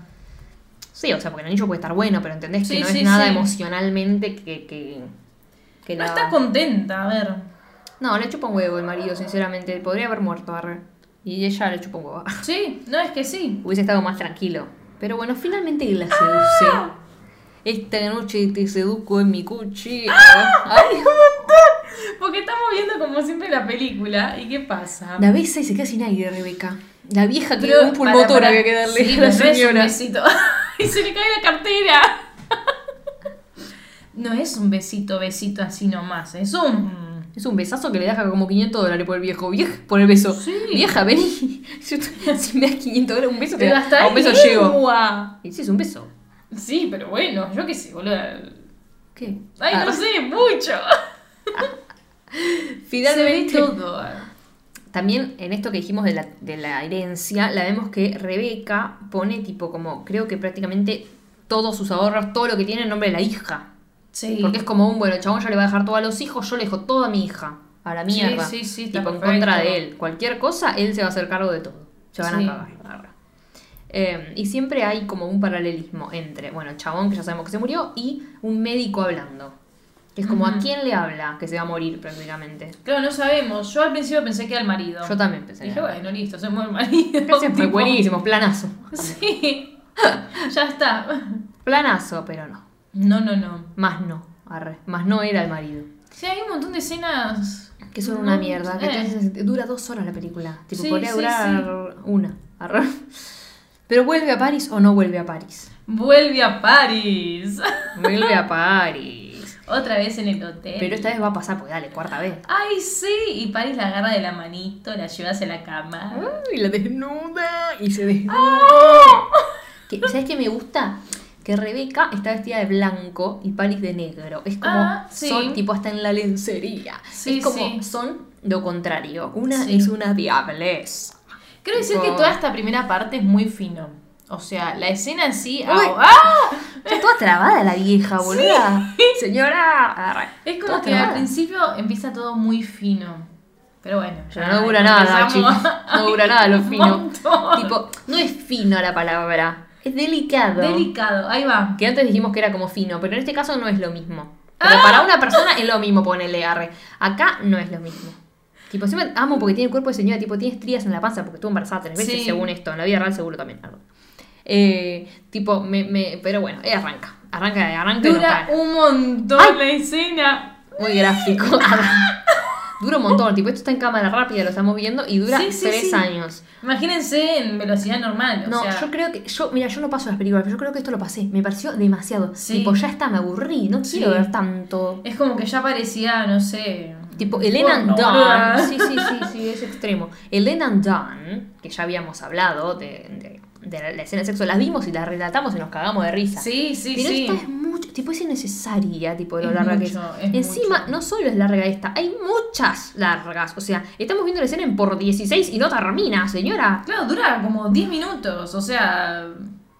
[SPEAKER 3] Sí, o sea, porque el anillo puede estar bueno, pero entendés
[SPEAKER 1] Sí,
[SPEAKER 3] que no
[SPEAKER 1] sí,
[SPEAKER 3] es nada
[SPEAKER 1] sí.
[SPEAKER 3] emocionalmente que. que, que
[SPEAKER 1] No
[SPEAKER 3] la-
[SPEAKER 1] estás contenta, a ver.
[SPEAKER 3] No, le chupa un huevo el marido, sinceramente. Podría haber muerto, arre. Y ella le chupa un huevo.
[SPEAKER 1] Sí, no es que sí.
[SPEAKER 3] Hubiese estado más tranquilo. Pero bueno, finalmente la seduce.
[SPEAKER 1] ¡Ah!
[SPEAKER 3] Esta noche te seduco en mi cuchillo.
[SPEAKER 1] ¡Ah!
[SPEAKER 3] Ay,
[SPEAKER 1] Porque estamos viendo como siempre la película. ¿Y qué pasa?
[SPEAKER 3] la besa y se queda sin aire, Rebeca. La vieja que
[SPEAKER 1] Pero-
[SPEAKER 3] un pulmotor
[SPEAKER 1] para, para.
[SPEAKER 3] había que darle
[SPEAKER 1] Sí,
[SPEAKER 3] a la
[SPEAKER 1] me res un
[SPEAKER 3] señora.
[SPEAKER 1] besito. y se le cae la cartera. no es un besito, besito así nomás. Es un...
[SPEAKER 3] Es un besazo que le deja como 500 dólares por el viejo. Vieja, por el beso.
[SPEAKER 1] Sí.
[SPEAKER 3] Vieja, vení. Si tú- si me das 500 dólares, un beso te
[SPEAKER 1] Pero
[SPEAKER 3] da.
[SPEAKER 1] hasta
[SPEAKER 3] A un beso
[SPEAKER 1] ahí
[SPEAKER 3] llego.
[SPEAKER 1] lengua.
[SPEAKER 3] Y sí, es un beso.
[SPEAKER 1] Sí, pero bueno, yo qué sé, boludo. Ay,
[SPEAKER 3] ¿Qué?
[SPEAKER 1] no
[SPEAKER 3] Ah.
[SPEAKER 1] sé, mucho.
[SPEAKER 3] Finalmente.
[SPEAKER 1] Se ve todo.
[SPEAKER 3] También en esto que dijimos de la, de la herencia, la vemos que Rebeca pone tipo como, creo que prácticamente todos sus ahorros, todo lo que tiene en nombre de la hija.
[SPEAKER 1] Sí.
[SPEAKER 3] Porque es como un, bueno, el chabón ya le va a dejar todo a los hijos, yo le dejo todo a mi hija. A la
[SPEAKER 1] Sí,
[SPEAKER 3] mierda.
[SPEAKER 1] sí, sí, está
[SPEAKER 3] tipo en
[SPEAKER 1] perfecto.
[SPEAKER 3] contra de él. Cualquier cosa, él se va a hacer cargo de todo. Se van
[SPEAKER 1] Sí.
[SPEAKER 3] a cagar. Arre. Eh, y siempre hay como un paralelismo entre, bueno, el chabón que ya sabemos que se murió y un médico hablando. Que es como, ¿a quién le habla que se va a morir prácticamente?
[SPEAKER 1] Claro, no sabemos. Yo al principio pensé que era el marido.
[SPEAKER 3] Yo también pensé. en
[SPEAKER 1] Dije,
[SPEAKER 3] él.
[SPEAKER 1] bueno, listo, se muere el marido.
[SPEAKER 3] Ese fue
[SPEAKER 1] eh, tipo.
[SPEAKER 3] buenísimo, planazo.
[SPEAKER 1] Sí. ya está.
[SPEAKER 3] Planazo, pero no.
[SPEAKER 1] No, no, no.
[SPEAKER 3] Más no, arre. Más no era el marido.
[SPEAKER 1] Sí, hay un montón de escenas.
[SPEAKER 3] Que son
[SPEAKER 1] No,
[SPEAKER 3] una mierda. que
[SPEAKER 1] eh.
[SPEAKER 3] te- dura dos horas la película. Tipo,
[SPEAKER 1] Sí,
[SPEAKER 3] podría
[SPEAKER 1] sí,
[SPEAKER 3] durar una. arre. Pero vuelve a París o no vuelve a París.
[SPEAKER 1] Vuelve a París.
[SPEAKER 3] Vuelve a París.
[SPEAKER 1] Otra vez en el hotel.
[SPEAKER 3] Pero esta vez va a pasar, porque dale, cuarta vez.
[SPEAKER 1] Ay, sí. Y París la agarra de la manito, la lleva hacia la cama.
[SPEAKER 3] Y la desnuda. Y se desnuda. Ah. Que- ¿Sabes qué me gusta? Que Rebeca está vestida de blanco y Paris de negro. Es como
[SPEAKER 1] Ah, sí.
[SPEAKER 3] son tipo hasta en la lencería.
[SPEAKER 1] Sí,
[SPEAKER 3] es como
[SPEAKER 1] sí.
[SPEAKER 3] son lo contrario. Una
[SPEAKER 1] Sí.
[SPEAKER 3] es una diables.
[SPEAKER 1] Quiero decir
[SPEAKER 3] Tipo-
[SPEAKER 1] que toda esta primera parte es muy fino. O sea, la escena en sí.
[SPEAKER 3] Uy.
[SPEAKER 1] ¡Ah!
[SPEAKER 3] Está toda trabada la vieja, boluda. Señora. Arre.
[SPEAKER 1] Es como
[SPEAKER 3] Toda
[SPEAKER 1] que
[SPEAKER 3] trabada.
[SPEAKER 1] al principio empieza todo muy fino. Pero bueno,
[SPEAKER 3] Ya no dura nada,
[SPEAKER 1] empezamos.
[SPEAKER 3] chica. No dura nada lo
[SPEAKER 1] Un
[SPEAKER 3] fino.
[SPEAKER 1] montón.
[SPEAKER 3] Tipo, no es fino la palabra. Es delicado.
[SPEAKER 1] Delicado, ahí va.
[SPEAKER 3] Que antes dijimos que era como fino, pero en este caso no es lo mismo. Pero
[SPEAKER 1] Ah.
[SPEAKER 3] para una persona es lo mismo ponerle arre. Acá no es lo mismo. Tipo, siempre amo porque tiene cuerpo de señora, tipo, tiene estrías en la panza porque estuvo embarazada tres veces,
[SPEAKER 1] Sí.
[SPEAKER 3] según esto. En la vida real seguro también. algo. Eh, tipo, me, me- pero bueno, eh, arranca. Arranca, arranca y no
[SPEAKER 1] Dura
[SPEAKER 3] para.
[SPEAKER 1] un montón
[SPEAKER 3] Ay.
[SPEAKER 1] la escena.
[SPEAKER 3] Muy gráfico. dura un montón, tipo, esto está en cámara rápida, lo estamos viendo, y dura
[SPEAKER 1] Sí, sí,
[SPEAKER 3] tres
[SPEAKER 1] sí.
[SPEAKER 3] años.
[SPEAKER 1] Imagínense en velocidad normal. O
[SPEAKER 3] No,
[SPEAKER 1] sea,
[SPEAKER 3] yo creo que. yo Mira, yo no paso las películas, pero yo creo que esto lo pasé. Me pareció demasiado.
[SPEAKER 1] Sí.
[SPEAKER 3] Tipo, ya está, me aburrí, no
[SPEAKER 1] Sí.
[SPEAKER 3] quiero ver tanto.
[SPEAKER 1] es como que ya parecía, no sé.
[SPEAKER 3] Tipo Elena
[SPEAKER 1] porno,
[SPEAKER 3] Dunn. Ah,
[SPEAKER 1] boluda.
[SPEAKER 3] Sí, sí, sí, sí, es extremo. Elena Dunn, que ya habíamos hablado de, de- de la, la escena de sexo, las vimos y las relatamos y nos cagamos de risa.
[SPEAKER 1] Sí, sí,
[SPEAKER 3] Pero
[SPEAKER 1] sí.
[SPEAKER 3] esta es mucho, tipo es innecesaria, tipo de lo
[SPEAKER 1] Es
[SPEAKER 3] larga
[SPEAKER 1] mucho,
[SPEAKER 3] que es.
[SPEAKER 1] es
[SPEAKER 3] Encima,
[SPEAKER 1] mucho.
[SPEAKER 3] no solo es larga esta, hay muchas largas. O sea, estamos viendo la escena en por 16 y no termina, señora.
[SPEAKER 1] Claro, dura como 10 minutos. O sea,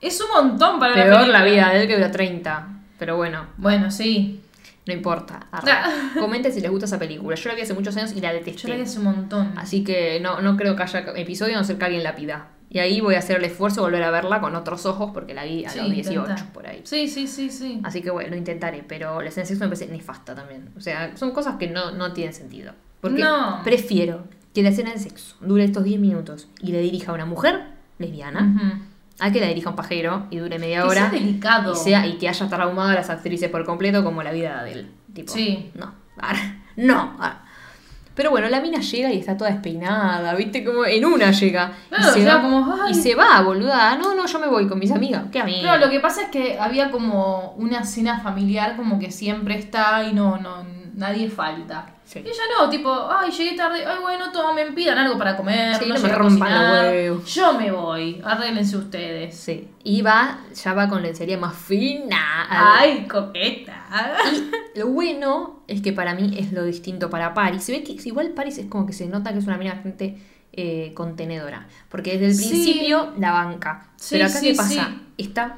[SPEAKER 1] es un montón para la
[SPEAKER 3] Peor la
[SPEAKER 1] película.
[SPEAKER 3] vida de él que dura 30. Pero bueno,
[SPEAKER 1] Bueno, sí.
[SPEAKER 3] no importa. Arre.
[SPEAKER 1] Ah.
[SPEAKER 3] Comenten si les gusta esa película. Yo la vi hace muchos años y la detesté.
[SPEAKER 1] Yo la vi hace un montón.
[SPEAKER 3] Este, Así que no, no creo que haya episodio a no ser que alguien la pida. Y ahí voy a hacer el esfuerzo de volver a verla con otros ojos porque la vi a
[SPEAKER 1] Sí,
[SPEAKER 3] los 18
[SPEAKER 1] intenta.
[SPEAKER 3] por ahí.
[SPEAKER 1] Sí, sí, sí, sí.
[SPEAKER 3] Así que bueno, lo intentaré, pero la escena de sexo me parece nefasta también. O sea, son cosas que no, no tienen sentido. Porque
[SPEAKER 1] No.
[SPEAKER 3] prefiero que la escena de sexo dure estos 10 minutos y la dirija una mujer lesbiana
[SPEAKER 1] Ujú.
[SPEAKER 3] a que la dirija un pajero y dure media
[SPEAKER 1] Que
[SPEAKER 3] hora
[SPEAKER 1] sea delicado.
[SPEAKER 3] y, sea, y que haya traumado a las actrices por completo como la vida de él. Tipo,
[SPEAKER 1] Sí.
[SPEAKER 3] No, ar, no. ar. Pero bueno, la mina llega y está toda despeinada, ¿viste? Como en una llega.
[SPEAKER 1] Claro,
[SPEAKER 3] y, se
[SPEAKER 1] ya
[SPEAKER 3] va,
[SPEAKER 1] como, ay.
[SPEAKER 3] y se va, boluda. No, no, yo me voy con mis amigas. ¿Qué amigas?
[SPEAKER 1] Claro, lo que pasa es que había como una cena familiar como que siempre está y no, no, nadie falta.
[SPEAKER 3] Sí.
[SPEAKER 1] Y ella no, tipo, ay, llegué tarde, ay, bueno, tomen, pidan algo para comer,
[SPEAKER 3] Sí, no
[SPEAKER 1] no,
[SPEAKER 3] me
[SPEAKER 1] llegué a
[SPEAKER 3] rompan los
[SPEAKER 1] cocinar,
[SPEAKER 3] huevos.
[SPEAKER 1] Yo me voy, arréglense ustedes.
[SPEAKER 3] Sí. Y va, ya va con lencería más fina.
[SPEAKER 1] Ay, coqueta.
[SPEAKER 3] Lo bueno es que para mí es lo distinto para Paris. Se ve que igual Paris es como que se nota que es una mina bastante eh, contenedora. Porque desde el
[SPEAKER 1] Sí.
[SPEAKER 3] principio la banca.
[SPEAKER 1] Sí,
[SPEAKER 3] Pero acá,
[SPEAKER 1] sí,
[SPEAKER 3] ¿qué pasa?
[SPEAKER 1] sí.
[SPEAKER 3] Está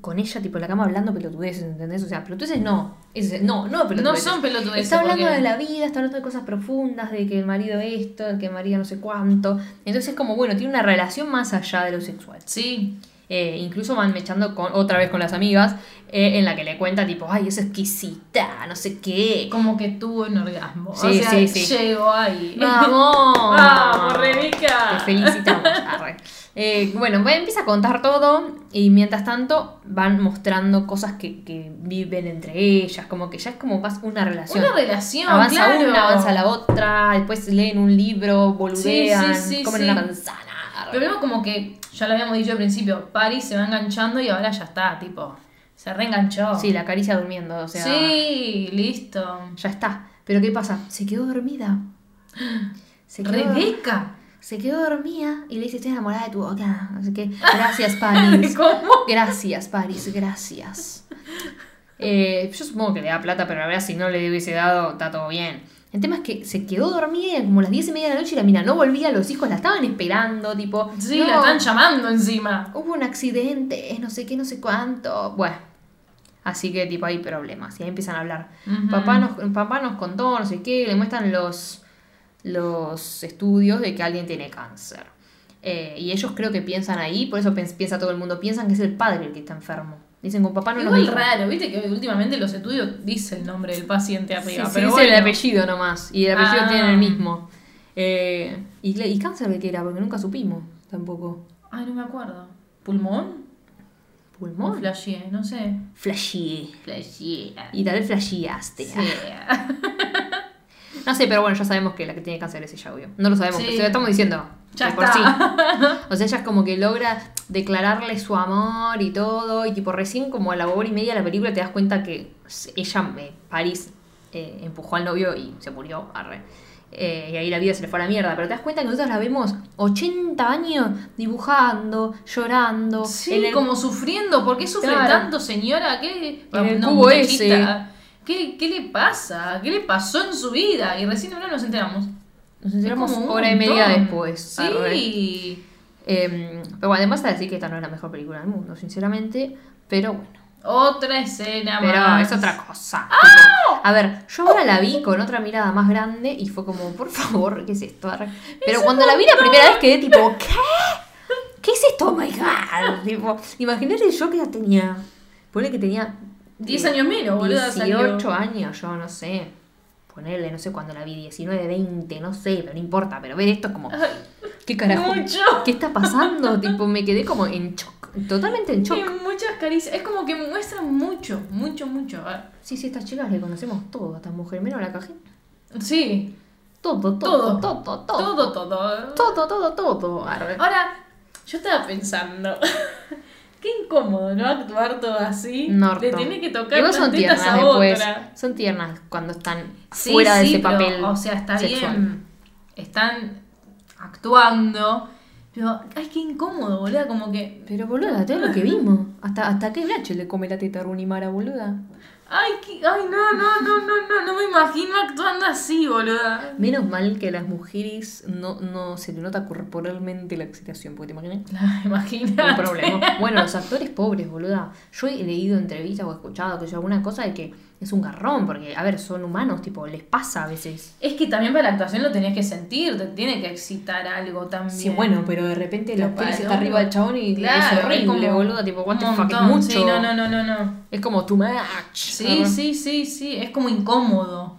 [SPEAKER 3] con ella, tipo, en la cama hablando pelotudeces, ¿entendés? O sea, pelotudeces no. Es- no, no pelotudeces.
[SPEAKER 1] No son pelotudeces,
[SPEAKER 3] Está hablando
[SPEAKER 1] porque-
[SPEAKER 3] de la vida, está hablando de cosas profundas, de que el marido esto, de que el marido no sé cuánto. Entonces, como bueno, tiene una relación más allá de lo sexual.
[SPEAKER 1] Sí,
[SPEAKER 3] Eh, incluso van mechando con, otra vez con las amigas, eh, en la que le cuenta tipo, ay, es exquisita, no sé qué.
[SPEAKER 1] como que tuvo un orgasmo. o
[SPEAKER 3] Sí,
[SPEAKER 1] sea,
[SPEAKER 3] sí, sí.
[SPEAKER 1] llegó ahí.
[SPEAKER 3] ¡Vamos!
[SPEAKER 1] ¡Vamos, Rebeca!
[SPEAKER 3] Te felicitamos, arre. Eh, bueno, va- empieza a contar todo y mientras tanto van mostrando cosas que, que viven entre ellas, como que ya es como más una relación.
[SPEAKER 1] Una relación,
[SPEAKER 3] Avanza
[SPEAKER 1] claro.
[SPEAKER 3] una, avanza la otra, después leen un libro, boludean,
[SPEAKER 1] Sí, sí, sí,
[SPEAKER 3] comen
[SPEAKER 1] sí.
[SPEAKER 3] una manzana. arre.
[SPEAKER 1] Pero vemos como que, ya lo habíamos dicho al principio, Paris se va enganchando y ahora ya está, tipo, se reenganchó.
[SPEAKER 3] Sí, la caricia durmiendo, o sea...
[SPEAKER 1] Sí, listo.
[SPEAKER 3] Ya está. Pero ¿qué pasa? Se quedó dormida. Se quedó,
[SPEAKER 1] Rebeca.
[SPEAKER 3] se quedó dormida y le dice, estoy enamorada de tu boca. Así que, gracias, Paris.
[SPEAKER 1] ¿Cómo?
[SPEAKER 3] Gracias, Paris, gracias. Eh, yo supongo que le da plata, pero la verdad, si no le hubiese dado, está todo bien. El tema es que se quedó dormida y eran como las 10 y media de la noche y la mina no volvía, los hijos la estaban esperando, tipo.
[SPEAKER 1] Sí,
[SPEAKER 3] "No,
[SPEAKER 1] la están llamando encima.
[SPEAKER 3] Hubo un accidente, no sé qué, no sé cuánto. Bueno, así que tipo hay problemas y ahí empiezan a hablar.
[SPEAKER 1] Ujú.
[SPEAKER 3] papá, nos, papá nos contó, no sé qué, le muestran los, los estudios de que alguien tiene cáncer. Eh, y ellos creo que piensan ahí, por eso pens- piensa todo el mundo, piensan que es el padre el que está enfermo. Dicen, con papá no nos
[SPEAKER 1] Igual
[SPEAKER 3] dijo".
[SPEAKER 1] raro, viste que últimamente los estudios dice el nombre del paciente
[SPEAKER 3] Sí,
[SPEAKER 1] arriba,
[SPEAKER 3] sí,
[SPEAKER 1] pero
[SPEAKER 3] dice
[SPEAKER 1] bueno.
[SPEAKER 3] el apellido nomás. Y el apellido
[SPEAKER 1] Ah.
[SPEAKER 3] tienen el mismo. Eh, y, cle- ¿Y cáncer de qué era? Porque nunca supimos tampoco.
[SPEAKER 1] Ay, no me acuerdo. ¿Pulmón? No
[SPEAKER 3] ¿Pulmón?
[SPEAKER 1] flasheé, no sé.
[SPEAKER 3] Flasheé.
[SPEAKER 1] Flasheé.
[SPEAKER 3] Y tal vez flasheaste.
[SPEAKER 1] Sí.
[SPEAKER 3] No sé, pero bueno, ya sabemos que la que tiene cáncer es ella, obvio. No lo sabemos,
[SPEAKER 1] Sí.
[SPEAKER 3] pero se lo estamos diciendo.
[SPEAKER 1] Ya
[SPEAKER 3] de por
[SPEAKER 1] está.
[SPEAKER 3] sí. O sea, ella es como que logra declararle su amor y todo. Y tipo, recién como a la hora y media de la película te das cuenta que ella, eh, París, eh, empujó al novio y se murió. Arre. Eh, y ahí la vida se le fue a la mierda. Pero te das cuenta que nosotros la vemos 80 años dibujando, llorando.
[SPEAKER 1] Sí,
[SPEAKER 3] en el-
[SPEAKER 1] como sufriendo. ¿Por qué sufre
[SPEAKER 3] Claro.
[SPEAKER 1] tanto, señora? ¿Qué, Ah,
[SPEAKER 3] En el
[SPEAKER 1] no,
[SPEAKER 3] cubo
[SPEAKER 1] muchachita. ¿Qué, ¿Qué le pasa? ¿Qué le pasó en su vida? Y recién ahora nos enteramos.
[SPEAKER 3] Nos
[SPEAKER 1] Es
[SPEAKER 3] enteramos
[SPEAKER 1] como un
[SPEAKER 3] hora y media
[SPEAKER 1] montón.
[SPEAKER 3] después. Arre.
[SPEAKER 1] Sí.
[SPEAKER 3] Eh, pero bueno, además de decir que esta no es la mejor película del mundo, sinceramente. Pero bueno.
[SPEAKER 1] Otra escena
[SPEAKER 3] Pero
[SPEAKER 1] más.
[SPEAKER 3] es otra cosa. tipo. A ver, yo ahora la vi con otra mirada más grande y fue como, por favor, ¿qué es esto? Arre. Pero cuando la vi la primera vez quedé tipo, ¿qué? ¿Qué es esto? Oh my god. Tipo, imagínate yo que la tenía. Ponle que tenía.
[SPEAKER 1] 10
[SPEAKER 3] eh,
[SPEAKER 1] años menos, boluda,
[SPEAKER 3] 18
[SPEAKER 1] salió.
[SPEAKER 3] años, yo no sé. Ponerle, no sé cuándo la vi, 19, 20, no sé, pero no importa. Pero ver esto es como.
[SPEAKER 1] Ay,
[SPEAKER 3] ¿Qué carajo?
[SPEAKER 1] Mucho.
[SPEAKER 3] ¿Qué está pasando? tipo, me quedé como en shock. Totalmente en
[SPEAKER 1] Tiene
[SPEAKER 3] shock.
[SPEAKER 1] muchas caricias. Es como que muestran mucho, mucho, mucho. A
[SPEAKER 3] Sí, sí, estas chicas le conocemos todo a esta mujer, menos la cajita.
[SPEAKER 1] ver. Sí.
[SPEAKER 3] Todo, todo,
[SPEAKER 1] Todo.
[SPEAKER 3] todo, todo.
[SPEAKER 1] Todo, todo.
[SPEAKER 3] Todo, todo, todo. Arre.
[SPEAKER 1] Ahora, yo estaba pensando. Qué incómodo, ¿no? Actuar todo así.
[SPEAKER 3] Norto.
[SPEAKER 1] Le tiene que tocar
[SPEAKER 3] Igual
[SPEAKER 1] las
[SPEAKER 3] son
[SPEAKER 1] tetas
[SPEAKER 3] tiernas
[SPEAKER 1] a
[SPEAKER 3] después.
[SPEAKER 1] otra.
[SPEAKER 3] Son tiernas cuando están
[SPEAKER 1] Sí,
[SPEAKER 3] fuera de
[SPEAKER 1] sí,
[SPEAKER 3] ese
[SPEAKER 1] pero,
[SPEAKER 3] papel.
[SPEAKER 1] O sea, está
[SPEAKER 3] sexual.
[SPEAKER 1] bien. Están actuando. Pero, ay, qué incómodo, boluda. Como que.
[SPEAKER 3] Pero boluda, todo lo que vimos. Hasta, hasta que Blanche le come la teta a Runimara, boluda.
[SPEAKER 1] Ay, qué- ay, no, no, no, no, no. No me imagino actuando así, boluda.
[SPEAKER 3] Menos mal que a las mujeres no, no se le nota corporalmente la excitación, porque te imaginas.
[SPEAKER 1] La imagina.
[SPEAKER 3] un problema. Bueno, los actores pobres, boluda. Yo he leído entrevistas o escuchado que yo alguna cosa de que es un garrón, porque, a ver, son humanos, tipo, les pasa a veces.
[SPEAKER 1] Es que también para la actuación lo tenés que sentir, te tiene que excitar algo también.
[SPEAKER 3] Sí, bueno, pero de repente la
[SPEAKER 1] Pero
[SPEAKER 3] actriz
[SPEAKER 1] para
[SPEAKER 3] está
[SPEAKER 1] el
[SPEAKER 3] arriba del chabón y
[SPEAKER 1] Claro,
[SPEAKER 3] es horrible,
[SPEAKER 1] como
[SPEAKER 3] boluda. Tipo, what the
[SPEAKER 1] un
[SPEAKER 3] fuck, es
[SPEAKER 1] montón.
[SPEAKER 3] mucho.
[SPEAKER 1] Sí, no, no, no, no, no.
[SPEAKER 3] Es como too much.
[SPEAKER 1] Sí,
[SPEAKER 3] Ah.
[SPEAKER 1] sí, sí, sí, es como incómodo.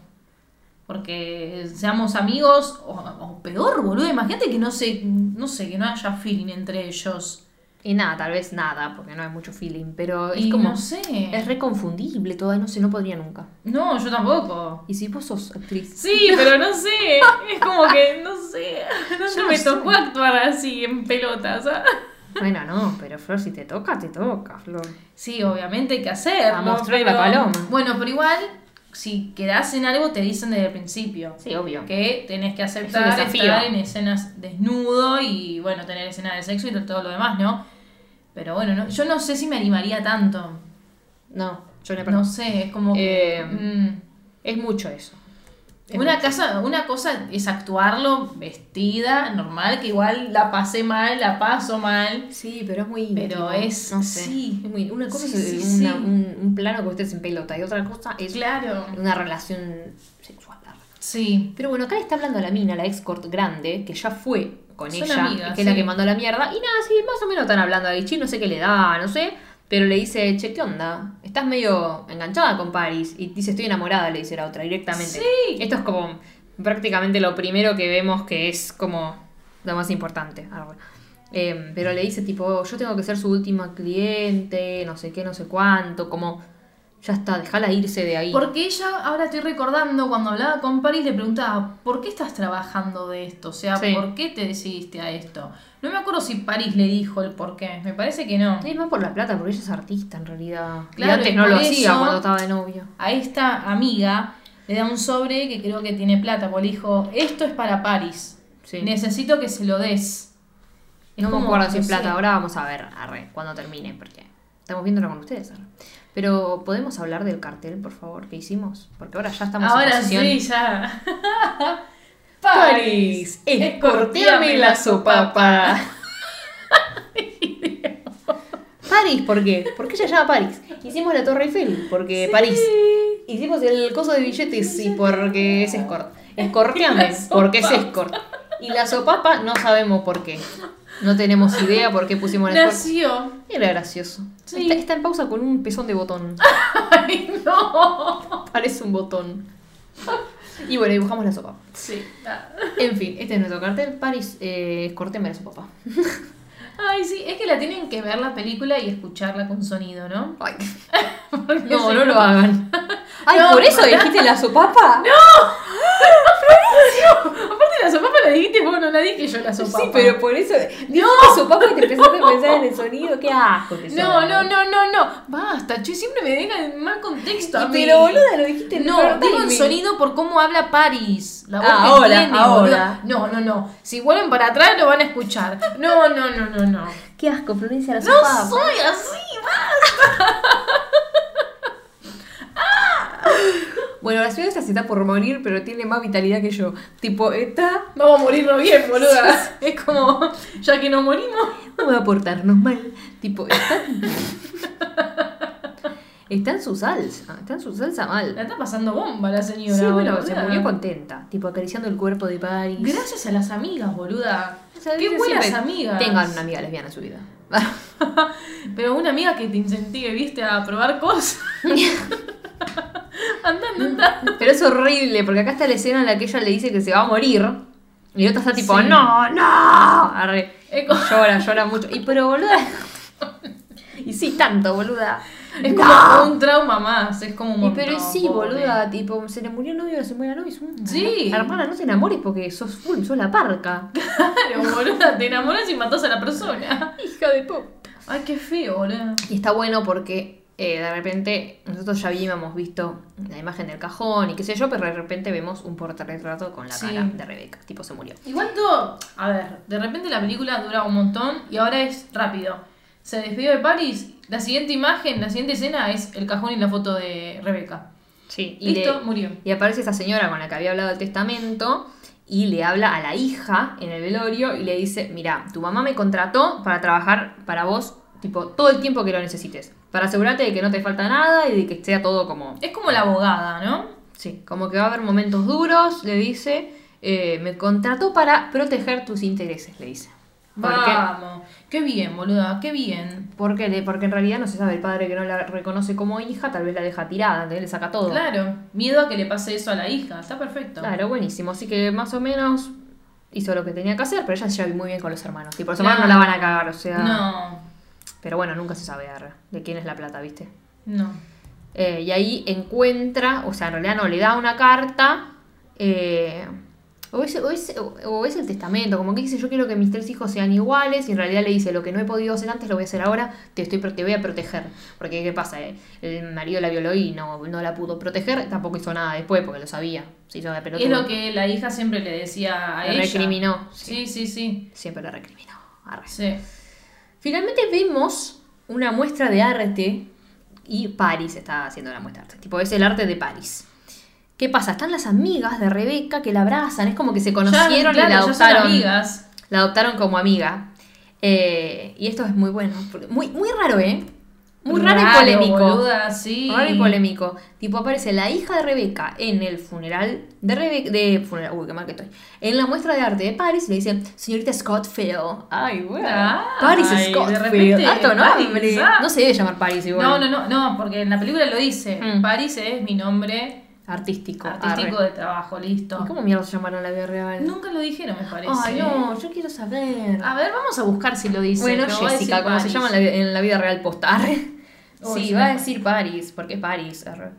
[SPEAKER 1] Porque seamos amigos o, o peor, boludo, imagínate que no se, no sé, que no haya feeling entre ellos.
[SPEAKER 3] Y nada, tal vez nada, porque no hay mucho feeling, pero
[SPEAKER 1] Y
[SPEAKER 3] es como.
[SPEAKER 1] no sé.
[SPEAKER 3] Es reconfundible toda, no sé, no podría nunca.
[SPEAKER 1] No, yo tampoco.
[SPEAKER 3] Y si vos sos actriz.
[SPEAKER 1] Sí, pero no sé, es como que no sé, nunca
[SPEAKER 3] Yo no
[SPEAKER 1] me
[SPEAKER 3] sé.
[SPEAKER 1] tocó actuar así en pelotas. ¿ah?
[SPEAKER 3] Bueno, no, pero Flor, si te toca, te toca, Flor.
[SPEAKER 1] Sí, obviamente hay que hacerlo.
[SPEAKER 3] A mostrar la paloma.
[SPEAKER 1] Bueno, pero igual, si quedás en algo, te dicen desde el principio.
[SPEAKER 3] Sí, obvio.
[SPEAKER 1] Que tenés que
[SPEAKER 3] Es un
[SPEAKER 1] aceptar
[SPEAKER 3] desafío.
[SPEAKER 1] estar en escenas desnudo y, bueno, tener escenas de sexo y todo lo demás, ¿no? Pero bueno, no- yo no sé si me animaría tanto.
[SPEAKER 3] No, yo no,
[SPEAKER 1] No sé, es como que...
[SPEAKER 3] Eh,
[SPEAKER 1] mm.
[SPEAKER 3] Es mucho eso. Es
[SPEAKER 1] Una,
[SPEAKER 3] mucho.
[SPEAKER 1] casa, una cosa es actuarlo vestida, normal, que igual la pasé mal, la paso mal.
[SPEAKER 3] Sí, pero es muy
[SPEAKER 1] Pero
[SPEAKER 3] íntimo,
[SPEAKER 1] es-
[SPEAKER 3] no sé.
[SPEAKER 1] sí.
[SPEAKER 3] Es muy- una cosa
[SPEAKER 1] Sí,
[SPEAKER 3] es
[SPEAKER 1] sí,
[SPEAKER 3] una-
[SPEAKER 1] sí.
[SPEAKER 3] Un, un plano que ustedes en pelota y otra cosa es
[SPEAKER 1] Claro.
[SPEAKER 3] una relación sexual.
[SPEAKER 1] Sí.
[SPEAKER 3] Pero bueno, acá le está hablando a la mina, la escort grande, que ya fue con
[SPEAKER 1] Son
[SPEAKER 3] ella,
[SPEAKER 1] amigas,
[SPEAKER 3] que es la
[SPEAKER 1] sí.
[SPEAKER 3] que mandó a la mierda. Y nada, sí, más o menos están hablando de Vichy, no sé qué le da, no sé. Pero le dice, che, ¿qué onda? Estás medio enganchada con Paris. Y dice, estoy enamorada, le dice la otra directamente.
[SPEAKER 1] Sí.
[SPEAKER 3] Esto es como prácticamente lo primero que vemos que es como lo más importante. Ah, bueno. Eh, pero le dice, tipo, yo tengo que ser su última cliente, no sé qué, no sé cuánto. Como, ya está, déjala irse de ahí.
[SPEAKER 1] Porque ella, ahora estoy recordando, cuando hablaba con Paris le preguntaba, ¿por qué estás trabajando de esto? O sea,
[SPEAKER 3] Sí.
[SPEAKER 1] ¿por qué te decidiste a esto? No me acuerdo si Paris le dijo el por qué, me parece que no.
[SPEAKER 3] Es más por la plata, porque ella es artista en realidad.
[SPEAKER 1] Claro,
[SPEAKER 3] y antes
[SPEAKER 1] y
[SPEAKER 3] no
[SPEAKER 1] por
[SPEAKER 3] lo hacía
[SPEAKER 1] eso-
[SPEAKER 3] cuando estaba de novio.
[SPEAKER 1] A esta amiga le da un sobre que creo que tiene plata, porque le dijo, esto es para Paris,
[SPEAKER 3] Sí.
[SPEAKER 1] necesito que se lo des. Es
[SPEAKER 3] no me
[SPEAKER 1] como,
[SPEAKER 3] acuerdo si
[SPEAKER 1] no
[SPEAKER 3] es plata.
[SPEAKER 1] sé.
[SPEAKER 3] Ahora vamos a ver, arre, cuando termine, porque estamos viéndolo con ustedes. arre. Pero, ¿podemos hablar del cartel, por favor, que hicimos? Porque ahora ya estamos en
[SPEAKER 1] Ahora
[SPEAKER 3] posición-
[SPEAKER 1] sí, ya.
[SPEAKER 3] París, escorteame la sopapa. París, ¿por qué? ¿Por qué se llama París? Hicimos la Torre Eiffel, porque París. Hicimos el coso de billetes y porque es escort. Escorteame, porque es escort. Y la sopapa no sabemos por qué. No tenemos idea por qué pusimos la escort.
[SPEAKER 1] Nació.
[SPEAKER 3] Era gracioso.
[SPEAKER 1] Sí.
[SPEAKER 3] Está, está en pausa con un pezón de botón.
[SPEAKER 1] Ay, no.
[SPEAKER 3] Parece un botón. Y bueno, dibujamos la sopa.
[SPEAKER 1] Sí.
[SPEAKER 3] En fin, este es nuestro cartel. París, eh, escorteme a su papá.
[SPEAKER 1] Ay, sí, es que la tienen que ver la película y escucharla con sonido, ¿no?
[SPEAKER 3] Ay.
[SPEAKER 1] Porque
[SPEAKER 3] No,
[SPEAKER 1] si
[SPEAKER 3] no lo hagan. Ay,
[SPEAKER 1] No,
[SPEAKER 3] ¿por eso
[SPEAKER 1] pará.
[SPEAKER 3] dijiste la sopapa? No,
[SPEAKER 1] Aparte la sopapa la dijiste, vos no la dije yo la sopapa.
[SPEAKER 3] sí, pero por eso. Dijiste sopapa y te empezaste a pensar en el sonido. Qué asco que
[SPEAKER 1] No,
[SPEAKER 3] sos.
[SPEAKER 1] no, no, no, no. Basta, che, siempre me dejan en mal contexto a
[SPEAKER 3] Y
[SPEAKER 1] mí.
[SPEAKER 3] Pero boluda, lo dijiste en
[SPEAKER 1] No,
[SPEAKER 3] el
[SPEAKER 1] digo en
[SPEAKER 3] timing. Ah,
[SPEAKER 1] sonido por cómo habla Paris. La voz
[SPEAKER 3] Ahora,
[SPEAKER 1] que tiene,
[SPEAKER 3] ahora.
[SPEAKER 1] boluda. No, no, no. Si vuelven para atrás lo van a escuchar. No, no, no, no, no.
[SPEAKER 3] Qué asco, Florencia, la
[SPEAKER 1] No
[SPEAKER 3] sopapa.
[SPEAKER 1] soy así, va.
[SPEAKER 3] Bueno, la señora esta se está por morir, pero tiene más vitalidad que yo. Tipo, está.
[SPEAKER 1] Vamos a morirnos bien, boluda. Es como, ya que nos morimos.
[SPEAKER 3] No va a portarnos mal. Tipo, está. está en su salsa. Está en su salsa
[SPEAKER 1] La
[SPEAKER 3] mal.
[SPEAKER 1] está pasando bomba la señora.
[SPEAKER 3] Sí, bueno,
[SPEAKER 1] boluda.
[SPEAKER 3] se murió contenta. Tipo, acariciando el cuerpo de Paris.
[SPEAKER 1] Gracias a las amigas, boluda.
[SPEAKER 3] O sea,
[SPEAKER 1] Qué
[SPEAKER 3] yo
[SPEAKER 1] buenas
[SPEAKER 3] siempre
[SPEAKER 1] amigas.
[SPEAKER 3] Tengan una amiga lesbiana en su vida.
[SPEAKER 1] Pero una amiga que te incentive, viste, a probar cosas. Anda, anda, anda.
[SPEAKER 3] Pero es horrible, porque acá está la escena en la que ella le dice que se va a morir. Y la otra está tipo,
[SPEAKER 1] Sí.
[SPEAKER 3] no, no. Arre.
[SPEAKER 1] Es como-
[SPEAKER 3] Llora, llora mucho. Y pero boluda. y sí, tanto, boluda.
[SPEAKER 1] Es
[SPEAKER 3] No.
[SPEAKER 1] como un trauma más, es como un
[SPEAKER 3] Y
[SPEAKER 1] montón,
[SPEAKER 3] pero sí,
[SPEAKER 1] pobre.
[SPEAKER 3] boluda, tipo, se le murió el novio, se muere la novia, es un...
[SPEAKER 1] Sí.
[SPEAKER 3] Hermana, no te enamores porque sos full, sos la parca.
[SPEAKER 1] Claro, boluda, te enamoras y matas a la persona.
[SPEAKER 3] Hija de pop.
[SPEAKER 1] Ay, qué feo, boluda.
[SPEAKER 3] Y está bueno porque eh, de repente nosotros ya habíamos visto la imagen del cajón y qué sé yo, pero de repente vemos un portarretrato con la
[SPEAKER 1] Sí.
[SPEAKER 3] cara de Rebeca. Tipo, se murió.
[SPEAKER 1] Igual todo, a ver, de repente la película dura un montón y ahora es rápido. Se despidió de Paris, la siguiente imagen, la siguiente escena es el cajón y la foto de Rebeca.
[SPEAKER 3] Sí. Y,
[SPEAKER 1] Listo,
[SPEAKER 3] le-
[SPEAKER 1] murió.
[SPEAKER 3] y aparece esta señora con la que había hablado el testamento y le habla a la hija en el velorio y le dice, mira, tu mamá me contrató para trabajar para vos, tipo, todo el tiempo que lo necesites. Para asegurarte de que no te falta nada y de que sea todo como...
[SPEAKER 1] Es como la abogada, ¿no?
[SPEAKER 3] Sí, como que va a haber momentos duros, le dice, eh, me contrató para proteger tus intereses, le dice. ¿Por qué?
[SPEAKER 1] Vamos. Qué bien, boluda, qué bien.
[SPEAKER 3] Porque, le- porque en realidad no se sabe, el padre que no la reconoce como hija, tal vez la deja tirada, ¿entendés? le saca todo.
[SPEAKER 1] Claro, miedo a que le pase eso a la hija, está perfecto.
[SPEAKER 3] Claro, buenísimo. Así que más o menos hizo lo que tenía que hacer, pero ella se lleva muy bien con los hermanos. Y por los hermanos no
[SPEAKER 1] Claro.
[SPEAKER 3] la van a cagar, o sea.
[SPEAKER 1] No,
[SPEAKER 3] Pero bueno, nunca se sabe arre, de quién es la plata, ¿viste?
[SPEAKER 1] no.
[SPEAKER 3] Eh, y ahí encuentra, o sea, en realidad no, le da una carta eh, O es, o, es, o- o es el testamento, como que dice yo quiero que mis tres hijos sean iguales y en realidad le dice lo que no he podido hacer antes lo voy a hacer ahora, te, estoy, pro- te voy a proteger. Porque ¿qué pasa? Eh, El marido la violó y no, no la pudo proteger, tampoco hizo nada después porque lo sabía. Se hizo de
[SPEAKER 1] es
[SPEAKER 3] pelotudo.
[SPEAKER 1] lo que la hija siempre le decía a
[SPEAKER 3] Le
[SPEAKER 1] ella.
[SPEAKER 3] recriminó,
[SPEAKER 1] Sí, sí, sí.
[SPEAKER 3] Siempre lo recriminó. Arre.
[SPEAKER 1] Sí.
[SPEAKER 3] Finalmente vemos una muestra de arte y París está haciendo la muestra de arte. Tipo, es el arte de París. ¿Qué pasa? Están las amigas de Rebeca que la abrazan. Es como que se conocieron
[SPEAKER 1] Ya, claro,
[SPEAKER 3] y la
[SPEAKER 1] ya son
[SPEAKER 3] adoptaron.
[SPEAKER 1] amigas.
[SPEAKER 3] La adoptaron como amiga. Eh, y esto es muy bueno. porque- Muy, muy raro, ¿eh? Muy raro, y polémico.
[SPEAKER 1] boluda, sí.
[SPEAKER 3] Raro y polémico. Tipo, aparece la hija de Rebeca en el funeral de Rebeca. De funeral, uy, qué mal que estoy. En la muestra de arte de París le dicen, señorita Scottfield. Ay, bueno.
[SPEAKER 1] Ah,
[SPEAKER 3] Paris
[SPEAKER 1] ay, de
[SPEAKER 3] Scottfield.
[SPEAKER 1] repente,
[SPEAKER 3] Alto
[SPEAKER 1] Paris,
[SPEAKER 3] nombre.
[SPEAKER 1] ah.
[SPEAKER 3] No se debe llamar París igual.
[SPEAKER 1] No, no, no, no, porque en la película lo dice.
[SPEAKER 3] Mm.
[SPEAKER 1] París es mi nombre
[SPEAKER 3] Artístico.
[SPEAKER 1] artístico
[SPEAKER 3] arre.
[SPEAKER 1] de trabajo, listo.
[SPEAKER 3] ¿Y ¿Cómo mierda se llamaron en la vida real?
[SPEAKER 1] Nunca lo dijeron, me parece. ¿eh?
[SPEAKER 3] Ay, no, yo quiero saber.
[SPEAKER 1] A ver, vamos a buscar si lo dice.
[SPEAKER 3] Bueno,
[SPEAKER 1] pero va a decir
[SPEAKER 3] Jessica, como se
[SPEAKER 1] Paris.
[SPEAKER 3] llama en la, vi- en la vida real postar.
[SPEAKER 1] Oh,
[SPEAKER 3] sí,
[SPEAKER 1] sí.
[SPEAKER 3] va a decir París, porque París. arre.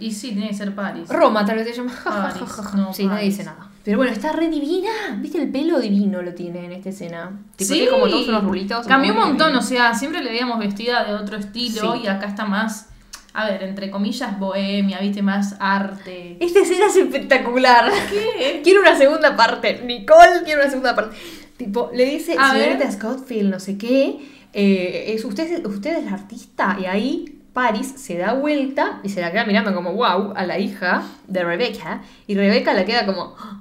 [SPEAKER 1] Y sí, tiene que ser Paris.
[SPEAKER 3] Roma tal vez se llama.
[SPEAKER 1] París, Ah, no,
[SPEAKER 3] sí, no
[SPEAKER 1] París.
[SPEAKER 3] dice nada. Pero bueno, está re divina. ¿Viste el pelo divino lo tiene en esta escena? Tipo,
[SPEAKER 1] sí,
[SPEAKER 3] tiene como todos unos rulitos.
[SPEAKER 1] Cambió un
[SPEAKER 3] Muy
[SPEAKER 1] montón,
[SPEAKER 3] divino.
[SPEAKER 1] o sea, siempre le veíamos vestida de otro estilo
[SPEAKER 3] Sí.
[SPEAKER 1] y acá está más, a ver, entre comillas, bohemia, viste, más arte.
[SPEAKER 3] Esta escena es espectacular.
[SPEAKER 1] ¿Qué?
[SPEAKER 3] Quiero una segunda parte. Nicole quiere una segunda parte. Tipo, le dice,
[SPEAKER 1] A ver.
[SPEAKER 3] señorita Scottfield, no sé qué, eh, es usted, usted es la artista. Y ahí Paris se da vuelta y se la queda mirando como wow a la hija de Rebecca. Y Rebecca la queda como, ¡ah!